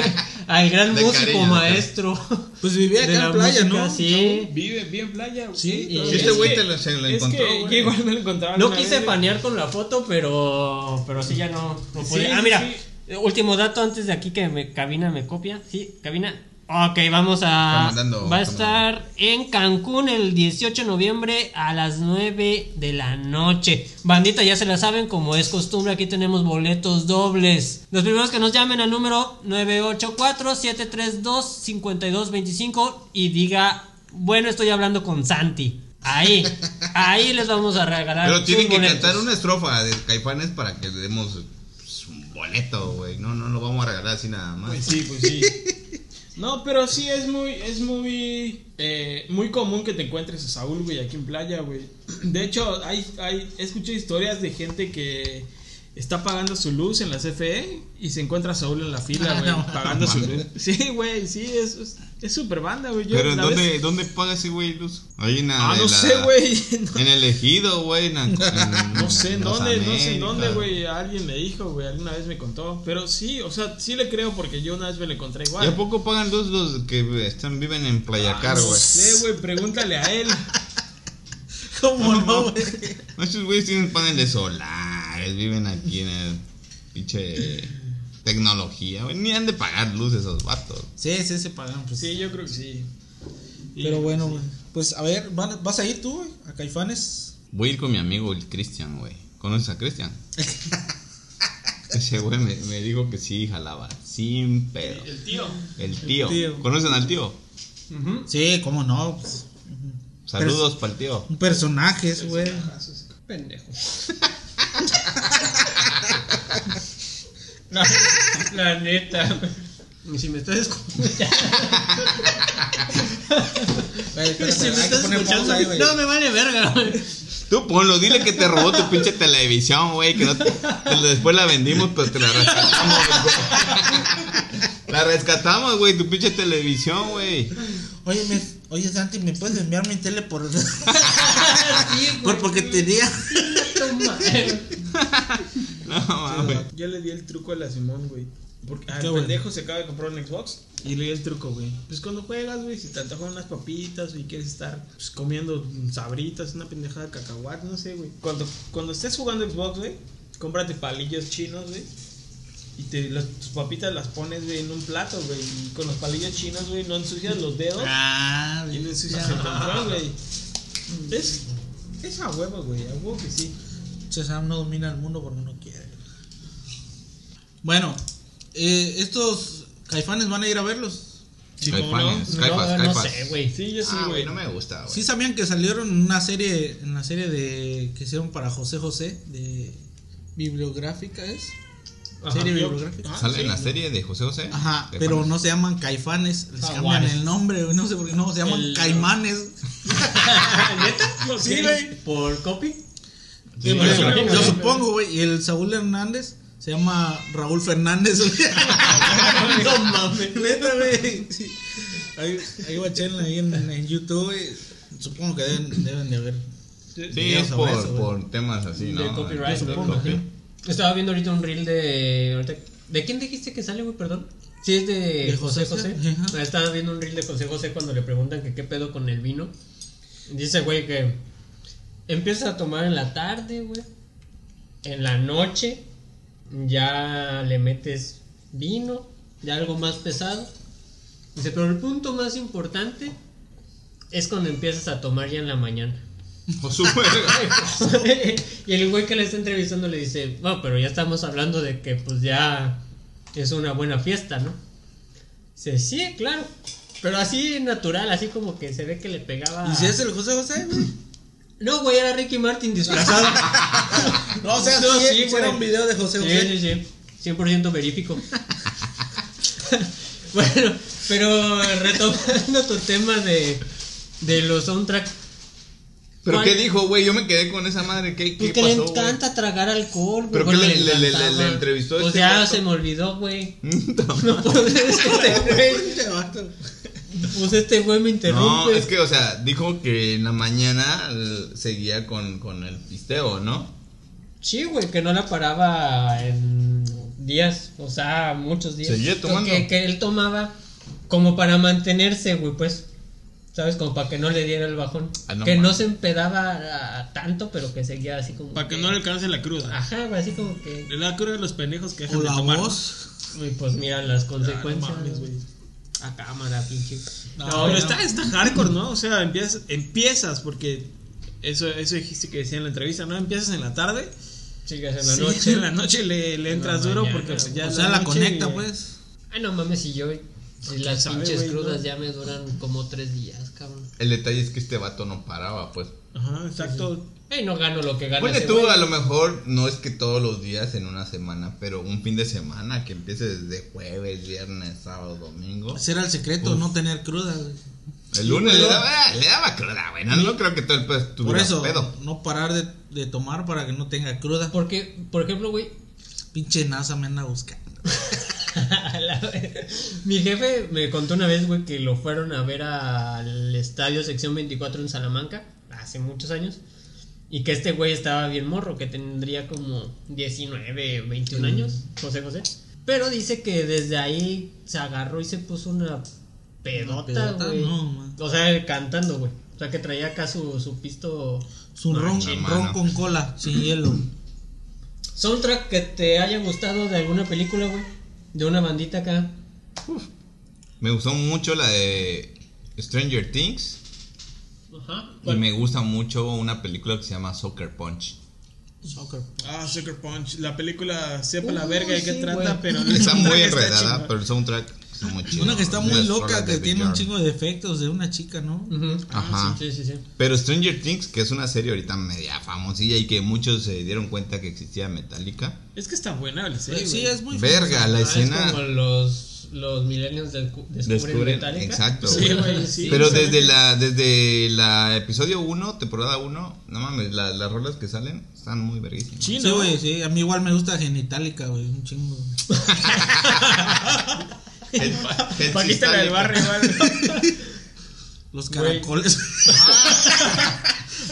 S2: Al gran
S4: De
S2: músico
S4: cariño, de
S2: maestro.
S1: Pues vivía
S2: de
S1: acá en
S2: la
S1: playa,
S2: música,
S1: ¿no?
S2: Sí.
S3: Vive bien en playa. güey.
S1: Sí,
S2: y
S3: todavía.
S2: este
S3: Es
S4: güey
S3: que-
S4: te lo- se lo
S3: es
S4: encontró,
S3: que
S4: güey.
S3: yo igual me lo encontraba.
S2: No
S3: una
S2: quise
S3: vez,
S2: panear con la foto, pero pero sí ya no, no
S3: Sí,
S2: pude. ah,
S3: sí,
S2: mira,
S3: sí.
S2: último dato antes de aquí que me, cabina me copia. Sí, cabina. Ok, vamos a.
S4: Comandando,
S2: va a
S4: comandando.
S2: estar en Cancún el 18 de noviembre a las 9 de la noche. Bandita, ya se la saben, como es costumbre, aquí tenemos boletos dobles. Los primeros que nos llamen al número 984-732-5225 y diga, bueno, estoy hablando con Santi. Ahí, ahí les vamos a regalar.
S4: Pero
S2: sus
S4: tienen que
S2: boletos.
S4: cantar una estrofa de Caifanes para que le demos pues, un boleto, güey. No, no lo vamos a regalar así nada más.
S3: Pues sí, pues sí. No, pero sí es muy, es muy, eh, muy común que te encuentres a Saúl, güey, aquí en playa, güey. De hecho, hay, hay, escuché historias de gente que está pagando su luz en la CFE y se encuentra a Saúl en la fila, güey, pagando su luz. Sí, güey, sí, es, es- es super banda, güey. Yo
S4: Pero
S3: una
S4: ¿dónde,
S3: vez-
S4: ¿dónde paga ese güey luz? Ahí en la-
S3: Ah, no
S4: en la-
S3: sé, güey. no-
S4: En el ejido, güey. en la- en
S3: No sé en
S4: Los
S3: dónde, no sé en dónde,
S4: Américas.
S3: güey. Alguien me dijo, güey, alguna vez me contó. Pero sí, o sea, sí le creo porque yo una vez me lo encontré
S4: ¿Y a
S3: igual.
S4: poco pagan luz los que están, viven en Playacar,
S3: Ah, No
S4: güey?
S3: sé, güey, pregúntale a él.
S1: ¿Cómo no, güey?
S4: Muchos güeyes tienen paneles solares, viven aquí en el pinche tecnología, güey. Ni han de pagar luz esos vatos.
S1: Sí, sí, se pagaron, pues.
S3: Sí, yo creo que sí. Y-
S1: Pero bueno, güey. Pues a ver, ¿van- ¿vas a ir tú, güey? A Caifanes.
S4: Voy a ir con mi amigo el Cristian, güey. ¿Conoces a Cristian? Ese güey me, me dijo que sí, jalaba. Sin pedo.
S3: El tío.
S4: El tío.
S1: El tío.
S4: ¿Conocen al tío?
S3: Ujú.
S1: Sí, cómo no. pues. Ujú.
S4: Saludos para el tío.
S1: Un personaje ese, güey.
S2: Pendejo.
S3: No, la neta.
S2: Y si me estás escuchando.
S1: Güey, espérate,
S2: si me
S1: hay que
S2: estás
S1: poner pausa
S2: escuchando
S1: ahí, güey.
S2: no, me vale verga, güey.
S4: Tú ponlo, dile que te robó tu pinche televisión, güey. Que no te- te la- después la vendimos, pero te la rescatamos, güey. La rescatamos, güey, tu pinche televisión, güey.
S1: Oye, me, oye, Santi, ¿me puedes enviar mi tele por,
S2: Sí,
S1: por porque tenía?
S4: No mames.
S3: Yo le di el truco a la Simón, güey. Porque al
S1: Qué bueno.
S3: pendejo se acaba de comprar un Xbox y le di el truco, güey. Pues cuando juegas, güey, si te antojan unas papitas y quieres estar pues, comiendo sabritas, una pendejada de cacahuate, no sé, güey. Cuando, cuando estés jugando Xbox, güey, cómprate palillos chinos, güey. Y te, las- tus papitas las pones, güey, en un plato, güey. Y con los palillos chinos, güey, no ensucias los dedos.
S1: Ah,
S3: Y no ensucias el control, güey. Es, es a huevo, güey, a huevo que sí.
S1: Shazam no domina el mundo porque no quiere. Bueno, eh, estos caifanes van a ir a verlos.
S3: Sí, cómo no.
S4: Caifanes. Caipas,
S2: No, no
S4: caipas.
S2: sé, güey.
S3: Sí, yo sí,
S4: Ah,
S3: güey.
S4: güey, no me gusta, güey.
S1: Sí sabían que salieron en una serie, en la serie de que hicieron para José José de bibliográfica es.
S3: Ajá.
S1: serie
S3: Yo-
S1: bibliográfica.
S3: Ah,
S4: Sale
S3: sí.
S4: en la serie de José José.
S1: Ajá,
S4: De
S1: pero
S4: Juanes.
S1: no se llaman caifanes, les cambian
S2: Jaguares.
S1: el nombre, güey, no sé por qué no, se llaman
S2: El-
S1: caimanes.
S2: ¿Neta?
S3: No,
S1: sí,
S3: sí,
S1: güey.
S2: ¿Por copy?
S4: Sí,
S1: Yo-
S4: yo
S3: sí,
S4: creo que-
S3: sí.
S1: yo supongo, güey, y el Saúl Hernández se llama Raúl Fernández. güey.
S2: no mames.
S1: Neta, güey. Sí. Ahí, ahí guachenla ahí en, en YouTube, güey. Supongo que deben, deben de haber
S4: Sí, es por, por temas así, ¿no?
S2: De
S4: De
S2: copyright, supongo,
S4: copy.
S2: ajá. Estaba viendo ahorita un reel de. ahorita- ¿De quién dijiste que sale, güey? Perdón. Sí, es de,
S1: ¿De
S2: José
S1: José
S2: José. Ah,
S1: José? Ajá.
S2: Estaba viendo un reel de José José cuando le preguntan que qué pedo con el vino. Dice, güey, que empiezas a tomar en la tarde, güey. En la noche ya le metes vino, ya algo más pesado. Dice, pero el punto más importante es cuando empiezas a tomar ya en la mañana.
S4: Por supuesto.
S2: y el güey que le está entrevistando le dice, bueno, pero ya estamos hablando de que pues ya es una buena fiesta, ¿no? Dice, sí, claro. Pero así natural, así como que se ve que le pegaba...
S1: ¿Y si es el José José, güey?
S2: No, güey, era Ricky Martin disfrazado.
S1: No, o sea,
S2: No,
S1: sí,
S2: sí,
S1: hicieron
S2: güey.
S1: un video de José José.
S2: sí, sí, sí. 100% verífico. bueno, pero retomando tu tema de, de los soundtrack.
S4: ¿Pero
S2: ¿Cuál?
S4: qué dijo, güey? Yo me quedé con esa madre. ¿Qué, qué
S2: Pues que le
S4: pasó, güey?
S2: encanta tragar alcohol, güey.
S4: ¿Pero
S2: Bueno,
S4: qué le- le- le-
S2: encantaba.
S4: le- le entrevistó
S2: Pues
S4: este
S2: ya
S4: vato?
S2: se me olvidó, güey.
S4: No,
S2: No puedo este güey.
S1: Pinche vato.
S2: Pues este güey me interrumpe.
S4: es que, o sea, dijo que en la mañana eh, seguía con, con el pisteo, ¿no?
S2: Sí, güey, que no la paraba en días, o sea, muchos días.
S4: Seguía tomando.
S2: Que, que él tomaba como para mantenerse, güey, pues. ¿Sabes? Como para que no le diera el bajón.
S4: Ah, no
S2: que no
S4: mames.
S2: se empedaba ah, tanto, pero que seguía así como.
S3: Para que no le alcance la cruda.
S2: Ajá, güey, así como que.
S3: La cruda de los pendejos que dejan
S1: O
S3: de
S1: la
S3: tomar. ¿no?
S1: voz.
S2: Uy, pues mira las
S3: Ah, no
S2: consecuencias.
S3: mames,
S2: güey.
S3: güey.
S2: a cámara, pinche.
S3: No,
S2: No,
S3: pero
S2: no.
S3: está, está hardcore, ¿no? O sea, empiezas, empiezas porque eso, eso dijiste que decía en la entrevista, ¿no? Empiezas en la tarde.
S2: Chicas, en la
S3: Sí,
S2: noche.
S3: en la noche le, le
S2: En la
S3: entras duro
S2: mañana,
S3: porque pues, ya
S1: O
S3: en
S1: sea, la
S3: noche-
S1: conecta, pues.
S2: Ay, no mames, si yo. Si las
S3: sabe,
S2: pinches
S3: güey, no?
S2: crudas ya me duran como tres días, cabrón.
S4: El detalle es que este vato no paraba, pues.
S3: Ajá, exacto.
S2: Ay, no gano lo que gano.
S4: Porque
S2: ese
S4: tú,
S2: güey.
S4: a lo mejor, no es que todos los días en una semana, pero un fin de semana que empiece desde jueves, viernes, sábado, domingo.
S1: Ese era el secreto,
S4: Uf.
S1: no tener cruda, güey.
S4: El lunes
S1: güey.
S4: le daba, le daba cruda, güey. No, no creo que todo el pedo
S1: Por
S4: estuviera
S1: eso,
S4: pedo.
S1: no parar de, de tomar para que no tenga cruda.
S2: Porque, por ejemplo, güey,
S1: Pinche NASA me anda buscando.
S2: La ver- Mi jefe me contó una vez, güey, que lo fueron a ver al estadio Sección 24 en Salamanca, hace muchos años, y que este güey estaba bien morro, que tendría como 19, 21 años,
S1: Mm.
S2: José José. Pero dice que desde ahí se agarró y se puso una pedota,
S1: Una pedota,
S2: güey.
S1: no, man.
S2: o sea, cantando, güey. O sea, que traía acá su, su pisto...
S1: Su
S4: Ay,
S1: ron,
S4: no,
S1: ron
S4: mano.
S1: con cola, sin hielo.
S2: Soundtrack que te haya gustado de alguna película, güey. De una bandita acá.
S4: Me gustó mucho la de Stranger Things.
S2: Ajá.
S4: Y me gusta mucho una película que se llama Soccer Punch.
S1: Soccer.
S3: Ah, Sucker Punch. La película sepa la
S2: Uh,
S3: verga de
S2: sí,
S3: qué
S2: güey.
S3: trata, pero.
S4: Está muy enredada,
S3: redada
S4: pero el soundtrack está muy chido.
S1: Una que está muy
S4: Las
S1: loca,
S4: rolas
S1: que
S4: de
S1: tiene
S4: Bjorn.
S1: un chingo de efectos de una chica, ¿no?
S2: Ujú.
S4: Ajá.
S2: Sí, sí, sí.
S4: Pero Stranger Things, que es una serie ahorita media famosilla y que muchos se dieron cuenta que existía Metallica.
S3: Es que está buena la serie.
S1: Sí, es muy
S4: Verga, la
S2: Ah, Es como
S4: escena.
S2: los, los millennials del, cu- descubren,
S4: Descubren,
S2: Metallica.
S4: exacto,
S2: Sí,
S4: güey.
S2: güey, sí.
S4: Pero
S3: sí.
S4: desde la desde la episodio 1, temporada 1, no mames, la- las rolas que salen están muy verguísimas.
S3: Sí,
S1: Sí,
S3: ¿no?
S1: güey, sí. A mí igual me gusta genitalica, güey, un chingo.
S4: El- el
S3: Paquita la del barrio, güey.
S1: Los
S2: Güey.
S1: caracoles.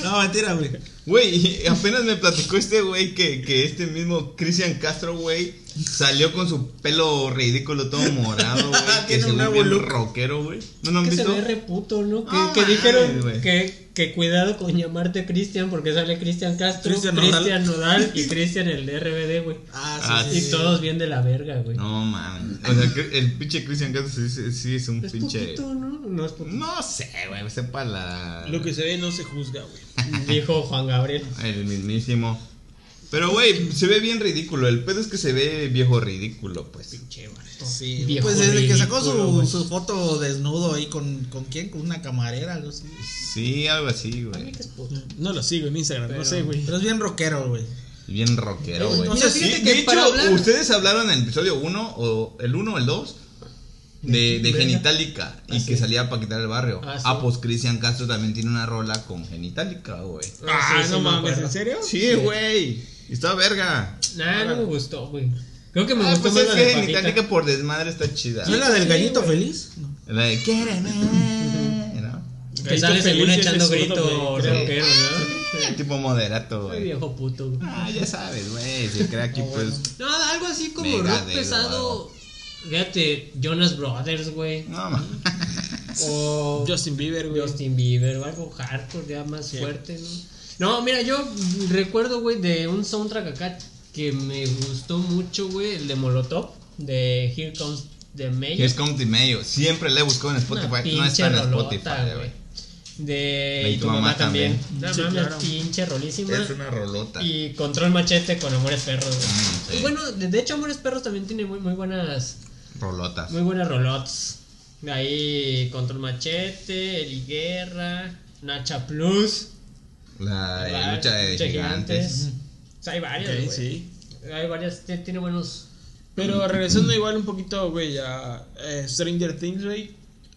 S1: no, mentira, güey.
S4: Güey, y apenas me platicó este güey que, que este mismo Cristian Castro, güey, salió con su pelo ridículo todo morado, güey. que
S1: Tiene
S4: es
S1: un
S4: un
S1: nuevo look.
S4: rockero, güey. ¿No lo han
S2: Que se
S4: visto?
S2: ve reputo, ¿no? Que,
S4: No
S2: que
S4: mames,
S2: dijeron
S4: güey.
S2: que, que cuidado con llamarte Cristian porque sale Cristian Castro,
S1: Cristian
S2: Cristian
S1: Nodal.
S2: Nodal. y Cristian el de RBD, güey.
S4: Ah,
S1: Ah, sí.
S2: Y
S1: sí.
S2: todos bien de la verga, güey.
S4: No mames. O sea, que el pinche Cristian Castro sí, sí- sí es un
S2: es
S4: pinche.
S2: putito, ¿no? No es putito.
S4: No sé, güey, pues, sepa la.
S3: Lo que se ve no se juzga, güey.
S2: Dijo Juan Gabriel.
S4: El mismísimo. Pero, güey, se ve bien ridículo. El pedo es que se ve viejo ridículo, pues.
S2: Pinche vato.
S1: Sí,
S2: Viejo
S1: pues desde que sacó
S2: ridículo, güey.
S1: su, su foto desnudo ahí con, con quién, con una camarera, algo así.
S4: Sí, algo así,
S2: Para
S4: güey.
S2: mí que es puto.
S3: No lo sigo en Instagram, no
S2: Pero-
S3: sé, güey.
S1: Pero es bien rockero, güey.
S4: Bien rockero, güey.
S2: O sea, fíjate
S4: Sí,
S2: que
S4: de
S2: para
S4: hecho,
S2: hablar-
S4: ustedes hablaron en el episodio 1, o el 1 o el 2, de, de
S2: Venga.
S4: Genitalica, y
S2: Ah,
S4: que
S2: sí.
S4: salía para quitar el barrio.
S2: Ah,
S4: Ah,
S2: sí.
S4: pues Cristian Castro también tiene una rola con Genitalica, güey.
S3: Ah,
S2: Sí, sí,
S3: no
S2: me
S3: mames,
S2: acuerdo.
S3: ¿en serio?
S4: Sí, güey. Está verga.
S2: Nah, no me gustó, güey. Creo que me
S4: Ah,
S2: gustó
S4: pues
S2: más
S4: es
S2: la
S4: que
S2: de Paquita.
S4: Genitalica por desmadre está chida.
S1: ¿No es la del
S2: Sí,
S1: gallito
S2: güey.
S1: feliz? No.
S4: La de Quéreme, ¿no?
S2: Que sale según
S3: Feliz y
S2: echando
S3: ese
S2: grito
S3: zurdo, güey, creo.
S2: rockero, ¿no?
S4: Eh, tipo moderato,
S2: Muy Ah,
S4: güey.
S2: viejo puto, güey.
S4: Ah, ya sabes, güey. Se crea aquí, pues.
S2: No, algo así como
S4: Megadeth
S2: rock
S4: o
S2: pesado.
S4: algo.
S2: Fíjate, Jonas Brothers, güey.
S4: No, ma.
S2: O
S3: Justin Bieber, güey.
S2: Justin Bieber, o algo hardcore, ya más fuerte, ¿no? No, mira, yo recuerdo, güey, de un soundtrack acá que me gustó mucho, güey, el de Molotov, de Here Comes the Mayor.
S4: Es como medio. Siempre le he buscado en
S2: Una
S4: Spotify. No
S2: pinche
S4: está en
S2: rolota,
S4: Spotify,
S2: güey.
S4: güey.
S2: De.
S4: Y
S2: Y tu
S4: tu
S2: mamá
S4: mamá
S2: también.
S4: también.
S2: No
S3: Sí,
S2: mames,
S3: claro.
S2: Ah, pinche rolísima.
S4: Es una rolota.
S2: Y Control Machete con Amores Perros, güey.
S4: Mm, sí.
S2: Y bueno, de, de hecho, Amores Perros también tiene muy, muy buenas.
S4: Rolotas.
S2: Muy buenas rolots. Ahí Control Machete, Eli Guerra, Nacha Plus.
S4: La de
S2: ¿verdad?
S4: lucha de gigantes.
S2: O sea, hay varias,
S3: Ok,
S2: güey.
S3: sí.
S2: Hay varias, te- tiene buenos.
S3: Pero regresando igual un poquito, güey, a eh, Stranger Things, güey.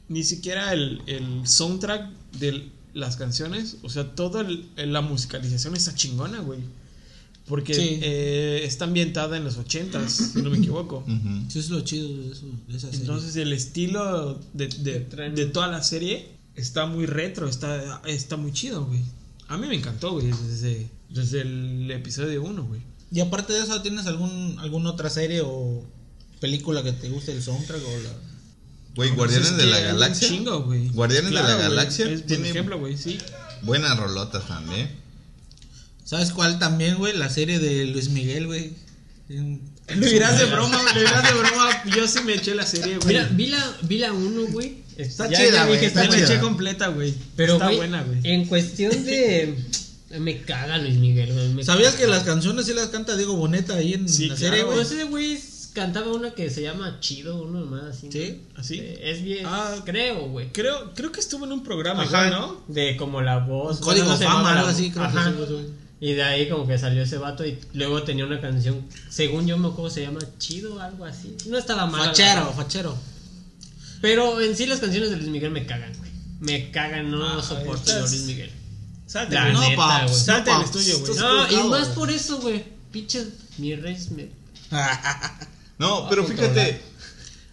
S3: Ni siquiera el, el soundtrack de las canciones, o sea, toda la musicalización está chingona, güey. Porque
S1: Sí.
S3: eh, está ambientada en los ochentas, si no me equivoco.
S4: Ujú.
S1: Eso es lo chido de, eso, de esa serie.
S3: Entonces el estilo de, de- de toda la serie está muy retro, está, está muy chido, güey. A mí me encantó, güey, desde, desde el episodio 1, güey.
S1: y aparte de eso, ¿tienes algún alguna otra serie o película que te guste el soundtrack o la
S4: Güey, Guardianes
S3: Pues es
S4: de
S3: que
S4: la
S3: hay un
S4: Galaxia.
S3: Chingo, güey.
S4: Guardianes de la
S3: güey,
S4: Galaxia
S3: es, por
S4: tiene-
S3: ejemplo, güey, sí.
S4: Buenas rolotas también.
S1: ¿Sabes cuál también, güey? La serie de Luis Miguel, güey.
S3: Lo dirás de broma, güey, lo dirás de broma. Yo sí me eché la serie, güey.
S2: Mira, vi la, vi la 1, güey.
S3: está
S4: ya-
S3: chida,
S4: ya
S3: güey.
S4: dije, está
S3: Yo me
S4: chida.
S3: eché completa, güey.
S2: Pero,
S3: está
S2: güey,
S3: buena, güey.
S2: en cuestión de. me caga Luis Miguel, güey. me
S1: ¿Sabías
S2: caga.
S1: que las canciones sí las canta Diego Boneta ahí en
S3: Sí,
S1: la
S3: claro,
S1: serie,
S2: Pero
S1: güey?
S2: ese güey cantaba una que se llama Chido, uno más así. ¿no?
S1: Sí,
S3: así.
S2: Eh, Es bien,
S3: Ah.
S2: creo, güey.
S3: Creo, creo que estuvo en un programa,
S4: Ajá.
S3: güey, ¿no?
S2: De como la voz.
S1: Código
S2: bueno, no sé,
S1: Fama,
S2: no, la
S1: algo
S2: voz.
S1: así, creo que
S2: Ajá.
S1: sí, güey.
S2: Y de ahí como que salió ese vato y luego tenía una canción, según yo me acuerdo se llama Chido, algo así. No estaba mal.
S1: Fachero, fachero.
S2: Pero en sí las canciones de Luis Miguel me cagan, güey. Me cagan, no
S3: Ah,
S2: soporto
S3: estás-
S2: yo a Luis Miguel.
S3: Salte,
S2: La
S3: güey.
S2: neta,
S1: paps,
S2: güey.
S3: Salte del
S1: paps,
S3: estudio, güey.
S1: estás
S2: No, y
S1: colocado,
S2: más
S1: güey.
S2: por eso, güey. Pinches, mi rey me...
S4: No,
S2: Ah,
S4: pero
S2: controlar.
S4: fíjate,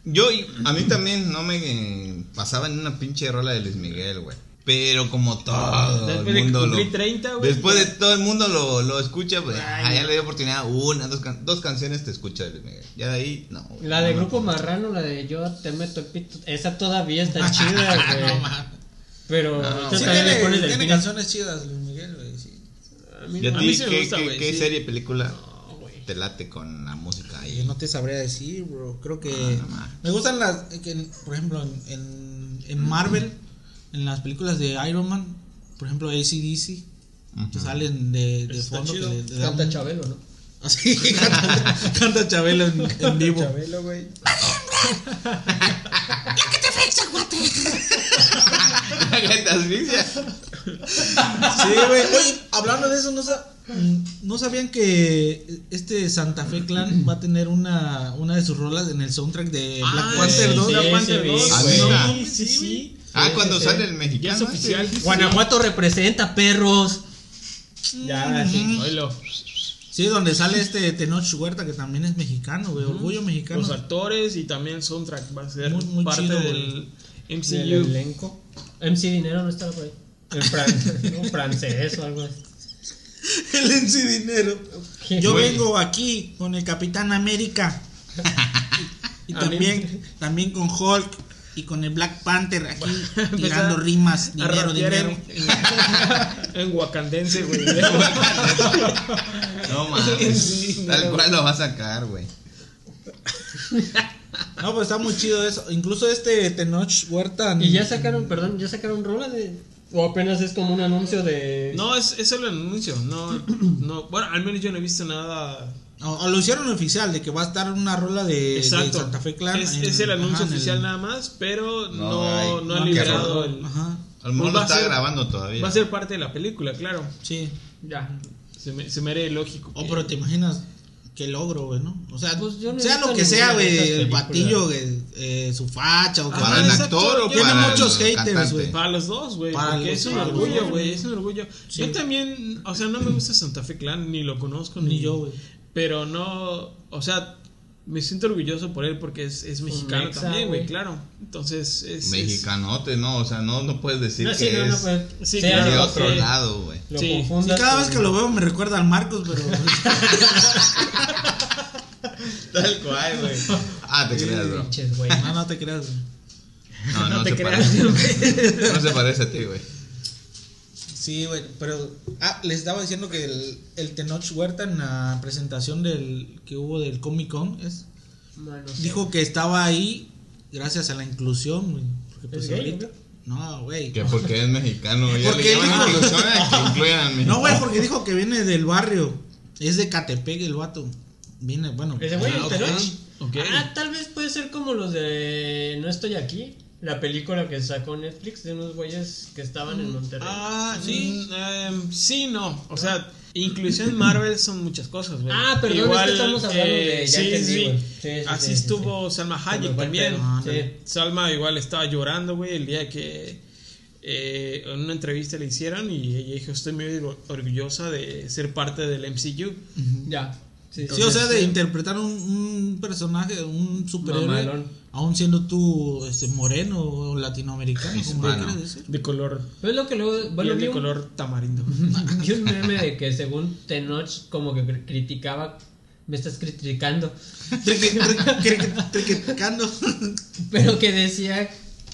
S4: yo y- a mí también no me eh, pasaba en una pinche rola de Luis Miguel, güey. Pero como todo
S3: Después
S4: el
S3: de
S4: mundo
S3: cumplir
S4: lo,
S3: 30, güey.
S4: después de todo el mundo lo, lo escucha, pues
S2: Ay,
S4: ah, ya
S2: no.
S4: le dio oportunidad una, dos, can- dos canciones te escucha de Luis Miguel. Ya de ahí no. güey,
S2: La de
S4: no me
S2: Grupo
S4: acuerdo.
S2: Marrano, la de Yo te meto el pito, esa todavía está chida,
S1: Ah,
S2: güey. Pero ahorita
S1: Sí,
S2: también ah, le
S1: tiene,
S2: pones del
S1: tiene
S2: pito.
S1: canciones chidas, Luis Miguel, güey. sí.
S2: A mí
S4: ¿Y a
S2: no.
S3: A
S4: ti
S3: mí sí me
S4: qué,
S3: gusta,
S4: qué-
S3: güey,
S4: qué
S3: sí.
S4: serie, película
S2: No, güey.
S4: te late con la música
S1: Yo
S4: ahí?
S1: no te sabría decir, bro. Creo que.
S4: Ah, no mames.
S1: me gustan las. eh, que, por ejemplo, en, en, en Marvel, en las películas de Iron Man, por ejemplo, ACDC,
S4: Ujú.
S1: que salen de, de
S3: Está
S1: fondo. Que
S3: chido.
S1: le, le dan
S2: Canta
S1: un-
S2: Chabelo, ¿no?
S1: Así, canta, canta Chabelo en, en vivo.
S3: Chabelo, güey.
S4: La que te asfixia.
S1: Sí, güey. Oye, hablando de eso, ¿no, sa- ¿no sabían que este Santa Fe Clan va a tener una, una de sus rolas en el soundtrack de Black
S3: Ah,
S1: Panther
S3: sí,
S1: 2?
S3: sí,
S1: Black
S3: sí,
S1: Panther
S3: sí,
S1: 2,
S4: sí,
S1: güey.
S4: sí.
S1: No,
S4: Ah,
S1: mames,
S3: sí, sí.
S4: Ah,
S2: Sí,
S4: cuando
S2: sí,
S4: sale
S2: sí.
S4: el
S3: Ya es
S4: mexicano. este. ese.
S3: oficial.
S2: Guanajuato representa, perros.
S1: Ya, sí.
S3: Oílo.
S1: Sí, donde sale este Tenoch Huerta, que también es mexicano, güey. Orgullo mexicano.
S3: Los actores y también el soundtrack va a ser
S1: Muy- muy
S3: parte
S1: chido,
S3: del MCU.
S2: elenco. MC Dinero no estaba por ahí. El fran- no, francés o algo así.
S1: El en sí dinero. Yo
S2: Güey.
S1: vengo aquí con el Capitán América. y
S3: A
S1: también, también con Hulk. Y con el Black Panther aquí
S3: Empezar
S1: tirando rimas,
S3: a
S1: dinero,
S3: rapear
S1: dinero.
S3: En, en, Wakandense, güey.
S4: No mames.
S3: Sí, no,
S4: Tal
S3: güey.
S4: cual lo va a sacar, güey.
S1: No, pues está muy chido eso. Incluso este Tenoch Huerta.
S2: Y ya sacaron, perdón, ya sacaron rola de. O apenas es como un anuncio de.
S3: No, es, es solo el anuncio. No, no, bueno, al menos yo no he visto nada.
S1: O, o lo hicieron oficial, de que va a estar una rola de, de
S3: Exacto.
S1: Santa Fe Clan.
S3: es,
S1: en-
S3: es el anuncio
S1: ajá, en el-
S3: oficial nada más, pero
S4: No,
S3: no, no,
S4: ay,
S3: ha
S4: no,
S3: liberado
S4: qué
S3: el.
S1: Ajá,
S4: A lo mejor lo
S3: Pues va a
S4: está
S3: ser-
S4: grabando todavía.
S3: Va a ser parte de la película, claro.
S1: sí.
S2: Ya.
S3: Se me, se me haría lógico.
S1: Oh, pero te imaginas qué logro, güey, ¿no? O sea,
S2: Eh. Pues yo no he
S1: sea lo
S2: visto
S1: que sea,
S2: ninguna de
S1: güey,
S2: estas
S1: el
S2: películas.
S1: batillo, güey, eh, su facha o que
S4: para
S3: Ah,
S4: el
S3: exacto.
S4: actor o
S3: Tiene
S4: para
S1: muchos
S4: el
S1: haters,
S4: cantante?
S1: güey.
S3: Para los dos, güey.
S1: Para
S3: Porque
S1: los
S3: es un
S1: dos,
S3: orgullo,
S1: güey.
S3: güey. Es un orgullo.
S1: Sí.
S3: Yo también, o sea, no me gusta Santa Fe Clan, ni lo conozco,
S1: Ni yo, güey.
S3: Pero no, o sea, me siento orgulloso por él porque es, es mexicano
S2: mexa,
S3: también, güey,
S2: güey.
S3: claro. Entonces es. es-
S4: Mexicanote, no, o sea, no, no puedes decir
S2: No,
S4: que
S2: sí, no, no,
S4: es
S2: pues.
S3: Sí,
S2: sea
S3: claro,
S4: de
S2: lo
S4: otro
S2: que
S4: lado, güey.
S2: Lo
S3: Sí.
S1: Sí,
S2: confundas
S1: cada
S2: con-
S1: vez que lo veo me recuerda al Marcos, pero.
S4: Tal cual, güey. Ah, te creas, bro.
S2: Pinches, güey.
S1: no, no te creas. güey.
S4: No, no,
S3: No te
S4: se
S3: creas,
S4: parece.
S3: güey.
S4: No se parece a ti, güey.
S1: Sí, güey, pero. Ah, les estaba diciendo que el, el Tenoch Huerta en la presentación del que hubo del Comic Con es,
S2: No, no sé.
S1: dijo que estaba ahí gracias a la inclusión, güey. Porque pues
S2: ¿Es gay,
S1: ahorita. No, güey.
S4: Que porque es mexicano, ya le
S1: Porque
S4: llaman
S1: dijo-
S4: inclusión a que incluyan al mexicano.
S1: No, güey, porque dijo que viene del barrio. Es de Catepec el vato. Viene, bueno.
S2: Ese güey, el
S1: ah,
S2: Tenoch.
S3: Ok.
S2: Ah, tal vez puede ser como los de No estoy aquí, la película que sacó Netflix de unos güeyes que estaban en Monterrey. Ah,
S3: Ah, sí, em, sí, no. O sea, inclusión en Marvel son muchas cosas, güey.
S2: perdón, es que Ah, estamos hablando de.
S3: eh,
S2: Ya
S3: sí,
S2: entendí,
S3: sí.
S2: güey. Sí, sí,
S3: Así
S2: sí, sí,
S3: estuvo Salma
S2: Se me fue
S3: Hayek
S2: el
S3: también.
S2: pedo.
S1: Ah,
S2: Sí.
S3: Salma igual estaba llorando, güey, el día que eh, en una entrevista le hicieron y ella dijo, estoy muy orgu- orgullosa de ser parte del MCU.
S2: Ya. Sí,
S1: Sí, o sea, de interpretar un, un personaje, un superhéroe,
S2: Mamalón.
S1: aún siendo tú este, moreno o latinoamericano, como le
S4: Hispano.
S1: quieras decir.
S3: De color,
S2: Pues lo que luego. Bueno,
S3: piel
S2: vi
S3: de
S2: un,
S3: color tamarindo.
S2: vi un meme de que según Tenoch, como que cri- criticaba. Me estás criticando.
S1: Triqui- triqui- triqui- Triqueticando.
S2: Pero que decía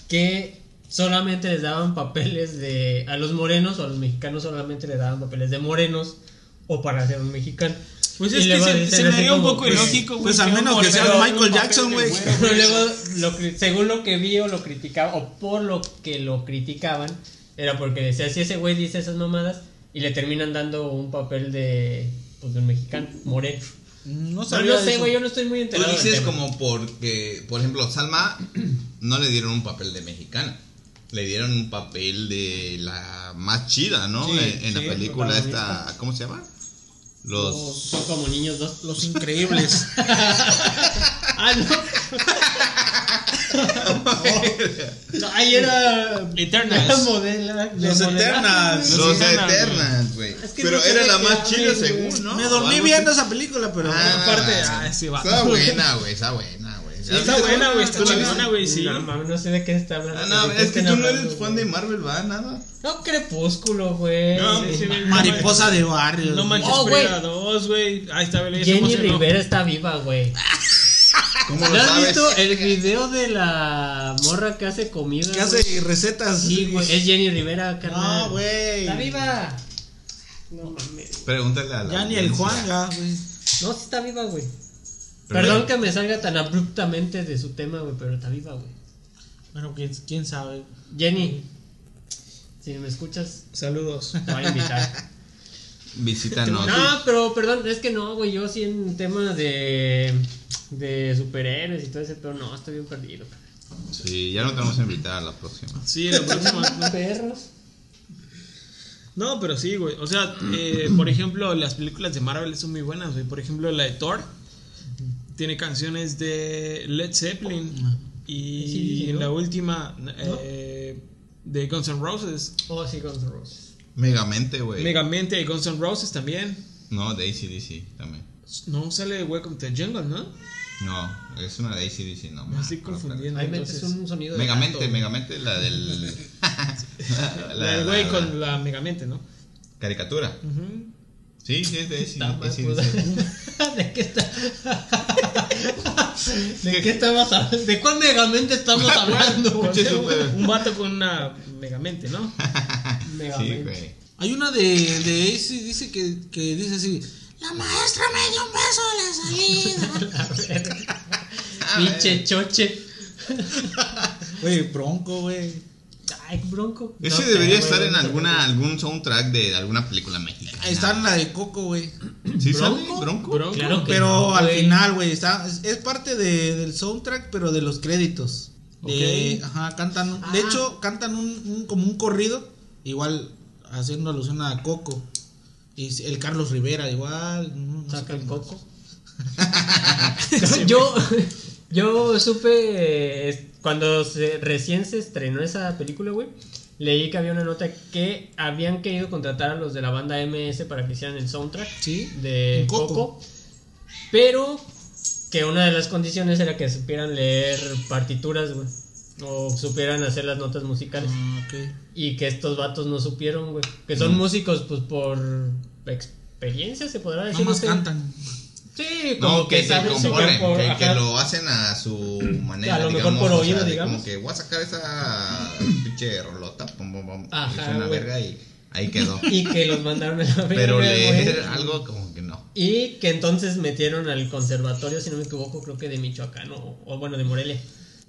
S2: que solamente les daban papeles de. A los morenos o a los mexicanos solamente les daban papeles de morenos o para ser un mexicano.
S3: Pues
S2: Y
S3: es que
S2: luego
S3: se,
S2: dicen
S3: se me
S2: así
S3: haría un
S2: como,
S3: poco
S2: pues,
S3: ilógico, güey.
S1: pues, al
S3: un
S1: menos que sea
S3: moreno,
S1: Michael
S3: un papel
S1: Jackson,
S3: de
S1: güey.
S3: güero,
S2: Pero luego, lo cri- según lo que vi o lo criticaba, o por lo que lo criticaban, era porque decía, si ese güey dice esas mamadas, y le terminan dando un papel de, pues, de un mexicano, moreno.
S1: No
S2: No,
S1: sabía
S2: no
S1: de
S2: sé,
S1: eso.
S2: güey, yo no estoy muy
S4: Tú
S2: enterado. del
S4: dices
S2: tema.
S4: como porque, por ejemplo, Salma no le dieron un papel de mexicana. Le dieron un papel de la más chida, ¿no?
S3: Sí,
S4: en en la
S3: sí,
S4: película
S2: protagonista.
S4: esta, ¿cómo se llama?
S2: O
S4: Los...
S2: son como niños dos.
S1: Los increíbles.
S2: Ah, no. No, ahí era.
S3: Eternals.
S2: era modela- de
S1: Los
S2: modelaje,
S1: Eternals.
S2: güey.
S4: Los
S3: sí, eran,
S4: Eternals, güey.
S2: Es que
S4: pero
S2: no sé
S4: era
S2: de
S4: la
S2: qué
S4: más chida,
S2: hablen, güey.
S4: según, ¿no?
S1: Me
S4: O
S1: dormí
S4: algo
S1: viendo
S4: así.
S1: esa película, pero.
S4: Ah,
S3: Aparte, ah, ese vato.
S4: Está buena, güey, está buena, güey.
S3: Sí, está buena, güey, está
S4: ¿Tú la
S3: chingona,
S4: viste?
S3: güey, sí.
S2: No, mami, no sé de qué está hablando.
S4: Ah, no,
S2: ¿De qué
S4: es que
S2: estén
S4: tú no
S2: hablando,
S4: eres fan
S2: güey?
S4: de Marvel, ¿va? Nada.
S2: No, crepúsculo, güey.
S3: No, sí, sí, güey.
S1: Mariposa de barrio.
S3: No manches,
S2: Oh, güey.
S3: Frida 2, güey. Ahí está, güey.
S2: Jenny Rivera está viva, güey.
S4: ¿Cómo
S2: ¿No
S4: lo
S2: has
S4: sabes?
S2: visto el video de la morra que hace comida?
S1: Que
S2: güey?
S1: hace recetas.
S2: Sí, güey. Es Jenny Rivera, carnal.
S1: No, güey.
S2: Está viva.
S4: Pregúntale a la
S1: Ya ni el
S4: audiencia.
S1: Juanga, güey.
S2: No, sí está viva, güey.
S4: Pero-
S2: Perdón que me salga tan abruptamente de su tema, güey, pero está viva, güey.
S1: Bueno, quién, quién sabe.
S2: Jenny, si me escuchas,
S3: Saludos.
S2: te voy a invitar.
S4: Visítanos.
S2: No, pero perdón, es que no, güey, yo sí en temas de, de superhéroes y todo ese, pero no, estoy bien perdido.
S4: Sí, ya no te vamos a invitar a la próxima.
S3: Sí, la próxima. ¿no?
S2: Perros.
S3: No, pero sí, güey. O sea, eh, por ejemplo, las películas de Marvel son muy buenas, güey. Por ejemplo, la de Thor tiene canciones de Led Zeppelin. Y
S2: Sí, sí, sí, ¿no?
S3: la última eh, de Guns N' Roses.
S2: Oh, sí, Guns N' Roses.
S4: Megamente, güey.
S3: Megamente de Guns N' Roses también.
S4: No, de ACDC también.
S3: No sale de Welcome to the Jungle, ¿no?
S4: No, es una de ACDC, no.
S3: Me
S4: ma,
S3: estoy
S4: no, pero-
S3: confundiendo.
S2: Ahí metes
S3: entonces.
S2: un sonido de.
S4: Megamente,
S2: gato.
S4: Megamente, la del.
S3: La del güey con la Megamente, ¿no?
S4: Caricatura.
S3: Ujú.
S4: Sí, sí, es de ACDC.
S2: Está mal,
S4: ACDC.
S2: pues. ¿De qué está? ¿De qué estabas hablando? ¿De cuál megamente estamos hablando?
S4: Pinche super-
S3: Un vato con una Megamente, ¿no?
S4: Sí, güey.
S1: Hay una de, de Ace dice que, que dice así. La maestra me dio un beso a la salida.
S2: Pinche choche.
S1: Güey, bronco, güey.
S2: Ay, bronco.
S4: Ese
S2: No sé,
S4: debería
S2: güey,
S4: estar en
S2: no sé.
S4: alguna algún soundtrack de alguna película mexicana.
S1: Ahí Está en la de Coco, güey.
S4: ¿Sí
S2: ¿Bronco?
S4: sale? ¿Bronco?
S3: Bronco.
S2: Claro que
S1: Pero
S2: no,
S1: al
S2: güey.
S1: final, güey, está es, es parte de- del soundtrack, pero de los créditos. De,
S3: Ok.
S1: ajá, cantan,
S2: Ah.
S1: de hecho, cantan un, un- como un corrido, igual haciendo alusión a Coco. Y s- el Carlos Rivera igual, no- no sé
S2: Saca
S1: qué
S2: el
S1: más.
S2: coco. yo, yo supe eh, cuando se- recién se estrenó esa película, güey. Leí que había una nota que habían querido contratar a los de la banda MS para que hicieran el soundtrack
S1: Sí.
S2: de
S1: Coco.
S2: Coco. pero que una de las condiciones era que supieran leer partituras, güey. O supieran hacer las notas musicales.
S1: Ah, ok.
S2: Y que estos vatos no supieron, güey. Que son músicos, pues por experiencia, se podrá decir.
S1: Nada más
S2: sé.
S1: cantan.
S2: Sí, como
S4: No, que, se
S2: saben su
S4: componen,
S2: cuerpo,
S4: que, que
S2: ajá.
S4: lo hacen a su manera.
S2: A lo mejor
S4: digamos,
S2: por
S4: o
S2: oído,
S4: sea, de
S2: digamos.
S4: Como que voy a sacar esa pinche rolota, pum, pum, pum,
S2: Ajá,
S4: hice una
S2: güey.
S4: verga y ahí quedó.
S2: Y que los mandaron a la verga,
S4: Pero
S2: güey.
S4: leer algo como que no.
S2: Y que entonces metieron al conservatorio, si no me equivoco, creo que de Michoacán o, o bueno, de Morelia.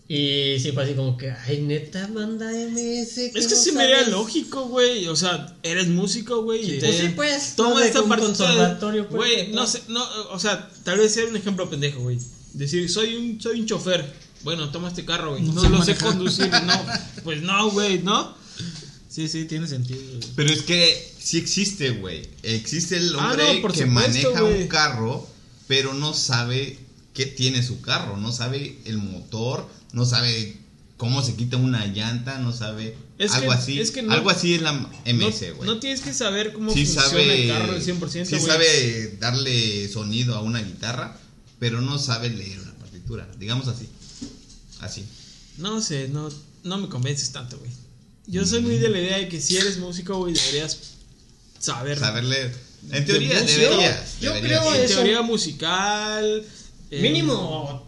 S2: Y sí fue así como que, ay, neta, manda MS.
S3: Es que
S2: no
S3: sí me haría
S2: sabes?".
S3: lógico, güey. O sea, eres músico, güey. y
S2: Pues sí, pues, no
S3: Toma
S2: de
S3: esta
S2: un
S3: parte.
S2: conservatorio, pues,
S3: Güey,
S2: que
S3: no
S2: tal.
S3: sé, no, o sea, tal vez sea un ejemplo pendejo, güey. Decir, soy un, soy un chofer. Bueno, toma este carro, güey.
S1: No
S3: No,
S1: sé
S3: lo sé
S1: manejar.
S3: conducir, no. Pues no, güey, ¿no?
S1: Sí, sí, tiene sentido. güey.
S4: Pero es que sí existe, güey. Existe el
S3: Ah,
S4: hombre
S3: no, por
S4: que
S3: supuesto,
S4: maneja
S3: güey.
S4: un carro, pero no sabe qué tiene su carro. No sabe el motor, no sabe cómo se quita una llanta, no sabe
S3: Es
S4: algo
S3: que-
S4: así.
S3: es que no-
S4: algo así es la
S3: No-
S4: MS, güey.
S3: No, tienes que saber cómo
S4: sí
S3: funciona
S4: sabe,
S3: el carro al 100%,
S4: sí
S3: güey.
S4: sabe darle sonido a una guitarra, pero no sabe leer una partitura, digamos así. Así.
S3: No sé, no, no me convences tanto, güey. Yo soy muy de la idea de que si eres músico, güey, deberías saber.
S4: Saber leer. En teoría
S3: música.
S4: deberías.
S2: Yo
S4: deberías.
S2: creo
S3: En
S2: eso.
S3: teoría musical.
S2: Eh,
S3: en-
S2: Mínimo.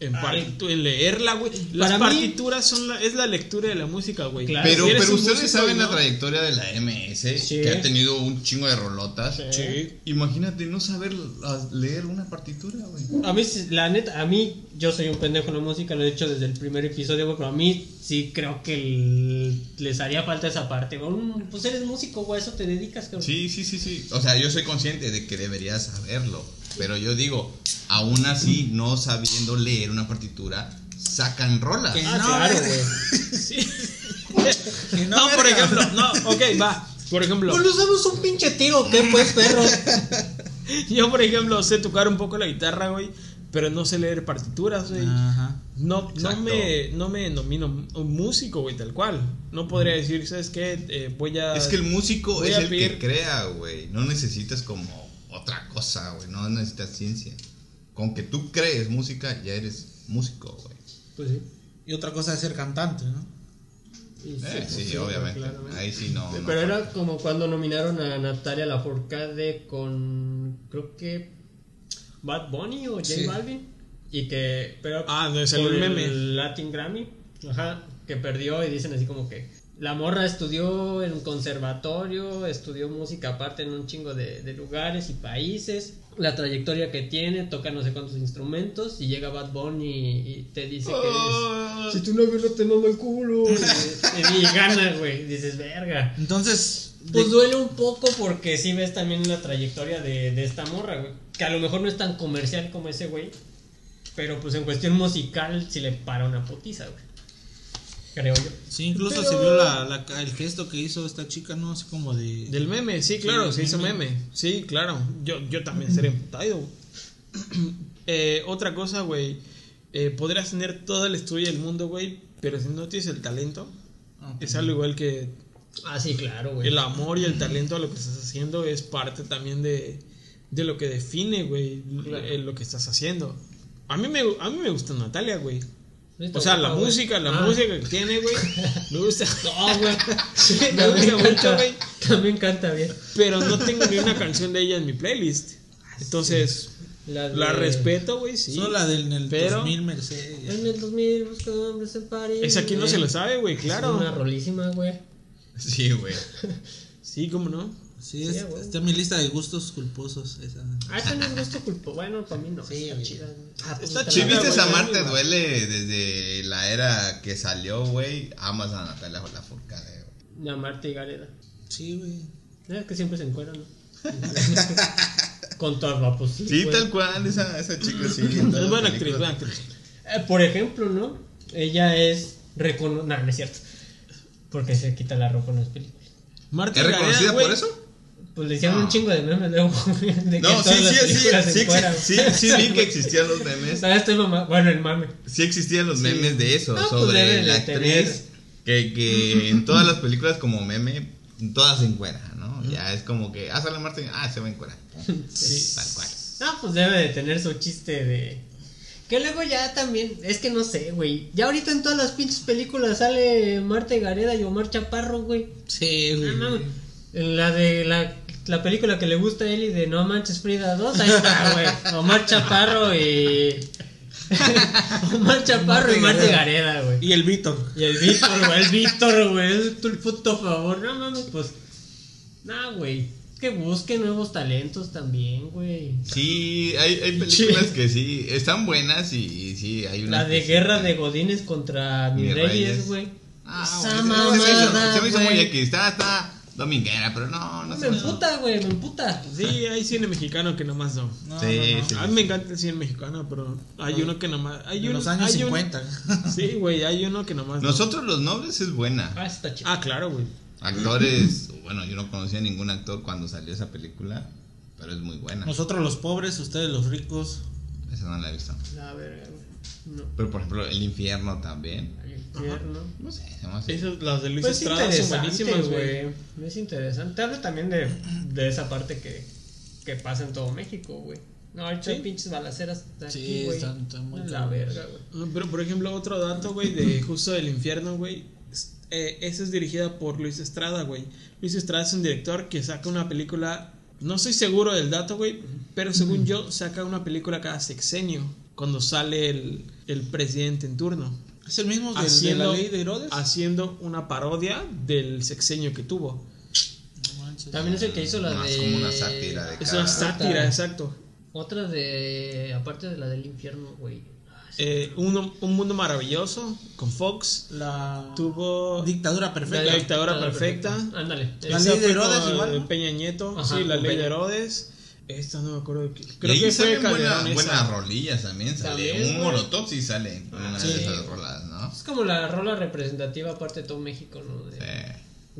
S3: En,
S2: Ay.
S3: partitu- en leerla, güey. Las
S2: Para mí-
S3: partituras son la, es la lectura de la música, güey.
S2: Claro.
S4: Pero,
S3: Si eres
S4: pero
S3: un
S4: ustedes
S3: músico,
S4: saben la
S3: ¿no?
S4: trayectoria de la MS,
S2: Sí.
S4: que ha tenido un chingo de rolotas.
S3: Sí.
S4: Imagínate no saber la- leer una partitura, güey.
S2: A mí, sí, la neta, a mí, yo soy un pendejo en la música, lo he hecho desde el primer episodio, güey, pero a mí sí creo que el- les haría falta esa parte. güey. Mm, Pues eres músico, güey, a eso te dedicas, cabrón.
S4: Sí, sí, sí, sí. O sea, yo soy consciente de que deberías saberlo. Pero yo digo, aún así, no sabiendo leer una partitura, sacan rolas.
S1: Que
S2: Ah,
S1: no,
S2: claro,
S1: verga.
S2: güey.
S1: Que
S3: No, por
S1: verga.
S3: ejemplo, no, ok, va. Por ejemplo,
S2: Pues usamos un pinche tiro, o ¿qué pues, perro?
S3: yo, por ejemplo, sé tocar un poco la guitarra, güey. Pero no sé leer partituras, güey.
S1: Ajá.
S3: No, no,
S4: Exacto.
S3: me, no me denomino un músico, güey, tal cual. No podría decir, ¿sabes qué? Eh, voy a.
S4: Es que el músico
S3: Voy
S4: es
S3: a
S4: el
S3: pedir-
S4: que crea, güey. No necesitas como otra cosa, güey. No necesitas ciencia. Con que tú crees música, ya eres músico, güey.
S2: Pues sí.
S1: Y otra cosa es ser cantante, ¿no?
S2: Y
S4: Eh, sí,
S2: pues,
S4: obviamente.
S2: claramente.
S4: Ahí sí no. no
S2: Pero era
S4: falta.
S2: como cuando nominaron a Natalia Lafourcade con creo que Bad Bunny o J
S1: Sí.
S2: Balvin y que pero
S3: Ah, no, salió
S2: por
S3: el meme.
S2: Latin Grammy, ajá, que perdió y dicen así como que la morra estudió en conservatorio, estudió música aparte en un chingo de, de lugares y países, la trayectoria que tiene, toca no sé cuántos instrumentos y llega Bad Bunny y, y te dice que es
S3: Ah.
S2: si tu novio no te mama el culo. Y, y gana, güey. Dices, verga.
S1: Entonces,
S2: Pues
S1: de-
S2: duele un poco porque sí ves también la trayectoria de, de esta morra, güey. Que a lo mejor no es tan comercial como ese güey. Pero pues en cuestión musical sí le para una putiza, güey. Creo yo.
S1: sí, incluso
S2: Pero-
S1: se vio la, la- el gesto que hizo esta chica, no sé, como de...
S3: Del meme, sí, claro,
S1: Sí,
S3: se hizo
S1: meme.
S3: meme. Sí, claro. Yo, yo también sería emputado. Eh, otra cosa, güey. Eh, podrías tener todo el estudio del mundo, güey. Pero si no tienes el talento,
S1: Ah,
S3: es algo igual que
S2: Ah, sí, claro, güey.
S3: el amor y el talento a lo que estás haciendo es parte también de, de lo que define, güey,
S2: Claro.
S3: eh, lo que estás haciendo. A mí me, a mí me gusta Natalia, güey.
S2: Sí, está
S3: O sea, la
S2: guapa, güey.
S3: música, la
S2: Ah,
S3: música que tiene, güey. Me gusta.
S2: No, güey. Sí,
S3: Me gusta
S2: también
S3: mucho,
S2: canta-
S3: güey.
S2: También canta bien.
S3: Pero no tengo ni una canción de ella en mi playlist. Entonces,
S2: Las
S3: la
S2: de-
S3: respeto, güey, sí.
S1: Solo la del en el
S3: Pero-
S1: 2000
S2: En
S1: Mercedes.
S2: el 2000 busca hombres en París.
S3: Esa aquí no
S2: güey.
S1: Eh,
S3: se la sabe, güey,
S2: Es una
S3: claro.
S2: rolísima, güey.
S4: Sí, güey.
S3: Sí, cómo no.
S1: Sí, es-
S2: Sí, güey.
S1: está en mi lista de gustos culposos. Esa.
S2: Ah, esa no es gusto culpo. Bueno, para mí no.
S1: Sí,
S2: está
S1: güey.
S2: chida. güey. Ah, pues,
S3: Está
S2: está
S4: Si
S3: chida,
S2: la-
S4: viste
S3: güey,
S4: a Marte
S3: ánima.
S4: duele desde la era que salió, güey. Amas a Natalia Lafourcade, güey.
S2: La Marta y Gareda.
S1: Sí, güey.
S2: Es Eh, que siempre se encuentran, ¿no? Con pues, todas vapos.
S4: Sí, tal cual, esa, esa chica sí. en todas
S3: Es buena
S4: las
S3: actriz, buena
S4: películas.
S3: actriz.
S2: Eh, por ejemplo, ¿no? Ella es reconocida. No, no es cierto. Porque se quita la ropa en las películas.
S3: Marta
S4: ¿Es reconocida
S3: Gareda, güey.
S4: por eso?
S2: Pues le hicieron
S4: No.
S2: un chingo de memes luego. De que
S4: Ah. No, sí,
S2: todas las
S4: sí, sí,
S2: películas se
S4: sí,
S2: encueran.
S4: sí, sí, sí vi que existían los memes.
S2: Todavía estoy mamá. Bueno, el mame.
S4: Sí existían los memes de eso,
S2: Ah, pues
S4: sobre
S2: deben de
S4: la
S2: tener.
S4: actriz que, que en todas las películas como meme, todas se encuera, ¿no? Ya es como que, ah, sale Marte, ah, se va a encuerar.
S3: Sí.
S4: Tal cual.
S2: Ah, pues debe de tener su chiste de. Que luego ya también, es que no sé, güey. Ya ahorita en todas las pinches películas sale Marta Gareda y Omar Chaparro, güey.
S1: Sí, güey.
S2: Ah, No mames. La de la, la película que le gusta a Eli de No Manches Frida 2, ahí está, güey. Omar Chaparro y. Omar Chaparro y Marta Gareda, güey.
S3: Y el Víctor.
S2: Y el Víctor, güey. El Víctor, güey. Es tu puto favor. No mames, pues. Nah, güey. Que busque nuevos talentos también, güey.
S4: Sí, hay, hay películas
S2: Sí.
S4: que sí están buenas y, y sí, hay una.
S2: La de Guerra de Godines contra
S4: Mi
S2: Mis
S4: Reyes.
S2: Reyes, güey.
S4: Ah,
S2: Esa
S4: güey, se- se me hizo-
S2: mamada,
S4: Se me hizo muy
S2: güey.
S4: X. Está, está dominguera, pero no, no
S2: Me
S4: se me hizo.
S2: emputa, güey. Me emputa.
S3: Sí, hay cine mexicano que nomás no.
S1: No,
S4: Sí,
S1: no, no.
S4: sí.
S3: A mí me encanta el cine mexicano, pero hay uno que nomás. Hay
S1: Ah. De
S3: uno,
S1: los años
S3: hay uno-
S1: 50.
S3: sí, güey, hay uno que nomás. no.
S4: Nosotros los nobles es buena.
S2: Ah, está chido.
S3: Ah, claro, güey.
S4: Actores, bueno, yo no conocía ningún actor cuando salió esa película, pero es muy buena.
S1: Nosotros los pobres, ustedes los ricos.
S4: Esa no la he visto.
S2: La verga, güey. No.
S4: Pero por ejemplo, El Infierno también.
S2: Al infierno.
S4: No sé, se me hace-
S3: Esas, las de Luis
S2: Pues
S3: Estrada son buenísimas, güey.
S2: güey. Es interesante. Habla también de, de esa parte que, que pasa en todo México, güey. No, ahorita hay pinches balaceras de
S1: Sí,
S2: aquí, güey.
S1: están- están muy
S2: La
S1: cabronas.
S2: verga, güey.
S3: Ah, Pero por ejemplo, otro dato, güey, de Justo del Infierno, güey. es- eh, esa es dirigida por Luis Estrada, güey. Luis Estrada es un director que saca una película. No estoy seguro del dato, güey, pero según yo, saca una película cada sexenio. Cuando sale el, el presidente en turno.
S1: Es el mismo del- de,
S3: Haciendo, Ah,
S1: la ley de Herodes.
S3: haciendo una parodia del sexenio que tuvo.
S1: No manches.
S2: También es el que hizo la
S4: Más
S2: de.
S4: como una sátira de
S3: Es
S4: cada-
S2: Ah,
S3: una sátira, exacto.
S2: Otra de. Aparte de la del infierno, güey. Ah, sí.
S3: Eh, uno- un mundo maravilloso con Fox.
S1: La
S3: Tuvo
S1: dictadura perfecta.
S3: La dictadura perfecta.
S2: Ándale.
S1: La
S3: Esa
S1: ley de
S3: fue
S1: Herodes
S3: con
S1: igual, ¿no?
S3: Peña Nieto,
S2: Ajá,
S3: sí, la
S2: con
S3: ley
S2: Peña.
S3: de Herodes. Esta no me acuerdo. de qué-
S4: Y
S3: Creo
S4: ahí
S3: que fue
S4: salen buena-
S3: Calderón. esa.
S4: buenas rolillas también. Sale
S2: También, Ah,
S4: un
S2: güey.
S4: molotov sí sale en una
S1: sí.
S4: de esas rolas, ¿no?
S2: Es como la rola representativa, aparte de todo México, ¿no? De
S4: Sí.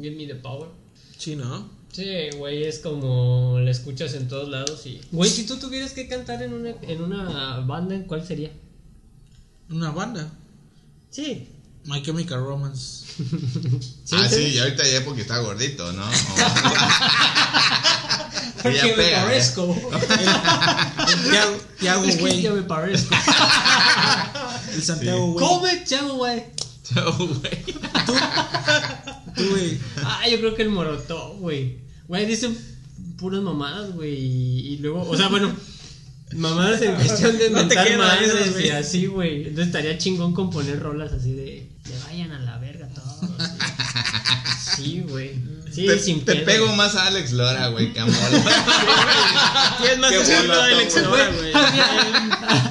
S2: Give Me the Power.
S3: Sí, ¿no?
S2: Sí, güey, es como la escuchas en todos lados y... Güey, si tú tuvieras que cantar en una, en una banda, ¿en cuál sería?
S1: Una banda.
S2: Sí.
S1: My Chemical Romance.
S4: ah,
S2: sí.
S4: sí, y ahorita ya porque está gordito, ¿no?
S2: Porque
S4: ya
S2: me
S4: pega, ya.
S2: parezco.
S1: Tiago, Tiago,
S2: es que
S1: güey.
S2: ya me parezco.
S1: El Santiago, güey.
S2: Come, chavo, güey.
S4: Oh, güey.
S1: Tú, güey.
S2: Ah, yo creo que el Morotó, güey. Güey, dicen puras mamadas, güey. Y, y luego, o sea, bueno, mamadas en cuestión de
S3: No te
S2: inventar
S3: quedan
S2: madres
S3: esas,
S2: y
S3: güey.
S2: así, güey. Entonces estaría chingón componer rolas así de. "Que vayan a la verga todos. y- Sí, güey. Sí,
S4: te,
S2: sin
S4: te
S2: pedo.
S4: pego más a Alex Lora, güey, que a Molo.
S3: ¿Quién más
S4: Qué
S3: es el
S4: bueno,
S3: de Alex
S4: güey.
S3: Lora, güey?
S2: Había,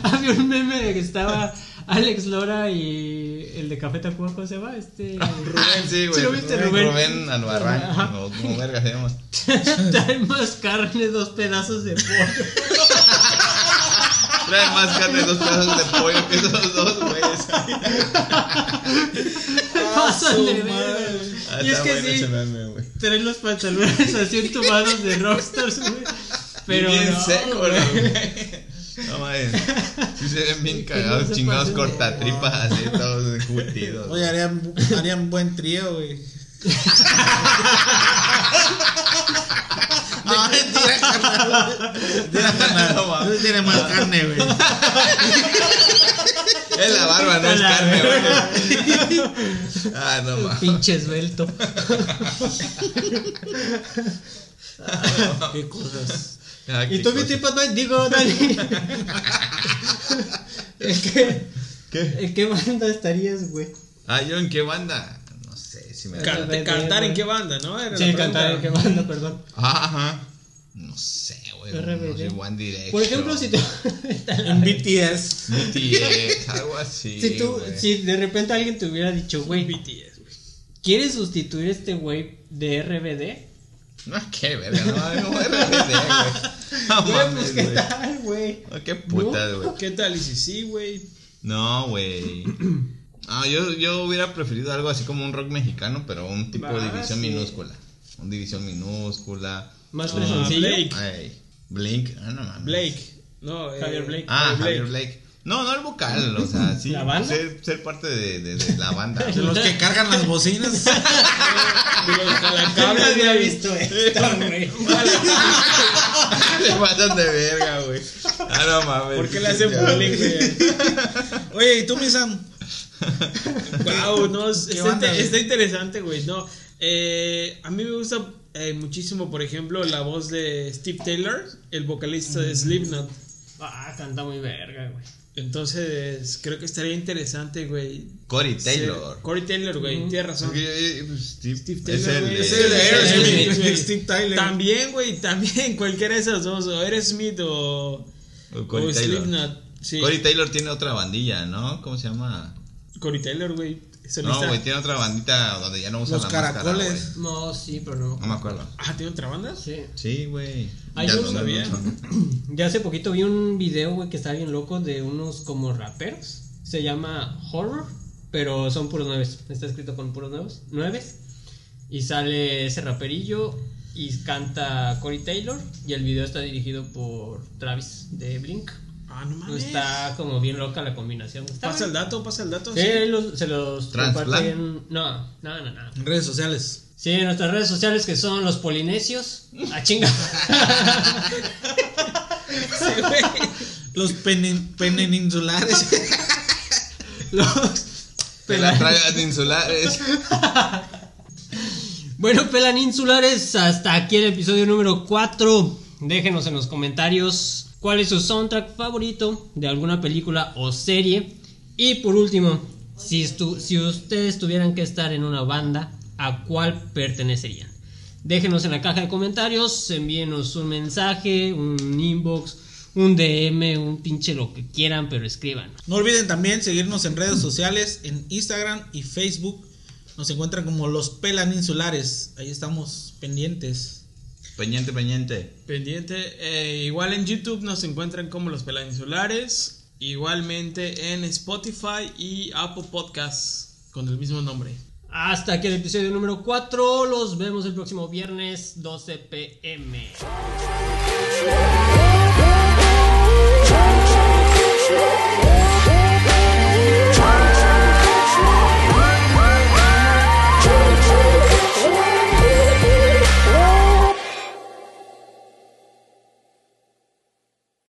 S2: había un meme de que estaba Alex Lora y el de Café Tacuba, ¿cómo se va? Este.
S4: Rubén, sí, güey.
S2: ¿Sí lo viste, Rubén?
S4: Rubén
S2: Ajá.
S4: Albarrán, o como verga se llama.
S2: Trae más carne, dos pedazos de pollo.
S4: Trae más carne dos pedazos de pollo que esos dos güeyes.
S2: Pasan de
S1: su madre.
S2: verga, güey.
S4: Ah,
S2: Y es
S4: está
S2: que
S4: bueno
S2: sí,
S4: ese meme, güey.
S2: traen los pantalones así entubados de rockstars, güey. Pero
S4: bien
S2: no,
S4: seco,
S2: güey.
S4: güey. No mames. Sí se ven bien
S2: no
S4: cagados,
S2: se
S4: chingados
S2: pasen de-
S4: cortatripas así, todos curtidos.
S1: Oye, harían, harían buen trío, güey. No, mentira, carnal. Mentira,
S4: No,
S1: carnal.
S4: mames.
S1: Tú tienes más carne, güey.
S4: Es la barba, no es
S2: La
S4: carne,
S2: verga.
S4: güey. Ah, no mames.
S2: Pinche esbelto.
S1: Qué cosas.
S4: Ah,
S2: ¿Y
S4: qué
S2: tú, mi
S4: cosa.
S2: tipo, no? Digo, Dani. ¿En qué,
S4: ¿Qué?
S2: ¿En qué banda estarías, güey?
S4: Ah, ¿yo en qué banda? No sé si me.
S2: Ca-
S3: Can- de cantar en qué banda, ¿no? Era la
S2: Sí,
S3: pregunta.
S2: cantar en qué banda, perdón.
S4: Ah, ajá. No sé, güey. No
S2: RBD.
S4: sé, One Direction.
S2: Por ejemplo, si tú.
S1: En BTS.
S4: BTS, algo así.
S2: Si tú,
S4: güey.
S2: si de repente alguien te hubiera dicho, güey,
S3: BTS, güey.
S2: ¿quieres sustituir este güey de RBD?
S4: No, qué verga, no mames. como RBD, güey. No
S2: Güey, pues,
S4: mames,
S2: ¿qué
S4: güey.
S2: tal, güey?
S4: Ah, Qué putas, güey.
S3: ¿Qué tal? Y si sí, güey.
S4: No, güey. Ah, yo, yo hubiera preferido algo así como un rock mexicano, pero un tipo de
S2: Ah,
S4: división
S2: sí.
S4: minúscula. Un división minúscula.
S2: Más
S3: Ah,
S2: presencillo.
S3: Blake.
S4: Ay, Blink. Ah, no mames.
S3: Blake. No, eh,
S2: Javier Blake.
S4: Ah, Javier Blake. No, no el vocal, o sea, sí.
S2: ¿La banda?
S4: Ser, ser parte de, de- de la banda.
S1: De los que cargan las bocinas.
S3: De los
S2: Yo no
S3: jalacables,
S2: había
S3: güey.
S2: visto esto, güey.
S4: Se pasan de verga, güey. Ah, no mames.
S3: ¿Por qué le hacen
S4: Ya,
S3: bullying,
S4: güey?
S3: güey?
S1: Oye, ¿y tú, mi Sam?
S3: Wow, no,
S1: ¿Qué
S3: está,
S1: onda,
S3: inte-
S1: güey?
S3: está interesante, güey. No, eh, a mí me gusta eh, muchísimo, por ejemplo, la voz de Steve Taylor, el vocalista de Slipknot.
S2: Ah, canta muy verga, güey.
S3: Entonces, creo que estaría interesante, güey.
S4: Corey
S3: ser-
S4: Taylor.
S3: Corey Taylor, güey,
S2: Ujú.
S3: tienes razón.
S4: Es que, eh, pues, Steve,
S3: Steve
S4: es
S3: Taylor,
S4: el
S3: güey.
S4: de-
S3: Es
S1: el de
S3: Aerosmith,
S1: Aerosmith,
S3: güey.
S1: Steve Tyler.
S3: También, güey, también, cualquiera de esas dos, o Aerosmith o,
S4: o
S3: o
S4: Corey Taylor.
S3: Slipknot. Sí,
S4: Corey Taylor tiene otra bandilla, ¿no? ¿Cómo se llama?
S3: Corey Taylor, güey,
S4: No,
S3: solista.
S4: güey, tiene otra bandita donde ya no usan
S1: Los
S4: la máscara,
S1: caracoles.
S4: güey.
S2: No, sí, pero no.
S4: No me acuerdo.
S3: Ah, ¿tiene otra banda?
S2: Sí.
S4: Sí, güey.
S2: Ay, yo no
S4: no
S3: sabía.
S2: Ya hace poquito vi un video, güey, que está bien loco de unos como raperos. Se llama Horror, pero son puros nueves. Está escrito con puros nuevos. Nueves. Y sale ese raperillo y canta Corey Taylor. Y el video está dirigido por Travis de Blink.
S3: Ah, no mames.
S2: Está como bien loca la combinación. Está
S3: Pasa el
S2: bien.
S3: dato, pasa el dato.
S2: Sí, ahí los- se los
S4: ¿Transplant?
S2: comparten. No, no, no, no.
S1: En redes sociales.
S2: Sí, en nuestras redes sociales que son los polinesios. A chinga.
S3: Sí, güey.
S1: Los penen- peneninsulares.
S2: los
S4: Te la
S2: pelan-
S4: tragas de insulares.
S2: Bueno, pelanínsulares, hasta aquí el episodio número 4. Déjenos en los comentarios cuál es su soundtrack favorito de alguna película o serie. Y por último, si, estu- si ustedes tuvieran que estar en una banda, ¿a cuál pertenecerían? Déjenos en la caja de comentarios, envíenos un mensaje, un inbox, un DM, un pinche lo que quieran, pero escriban.
S1: No olviden también seguirnos en redes sociales, en Instagram y Facebook. Nos encuentran como los pelaninsulares. Ahí estamos pendientes.
S4: Peñente, peñente.
S3: Pendiente. eh, igual en YouTube nos encuentran como los Pelanisulares. Igualmente en Spotify y Apple Podcasts con el mismo nombre.
S2: Hasta aquí el episodio número 4, los vemos el próximo viernes 12 pm.
S6: Thank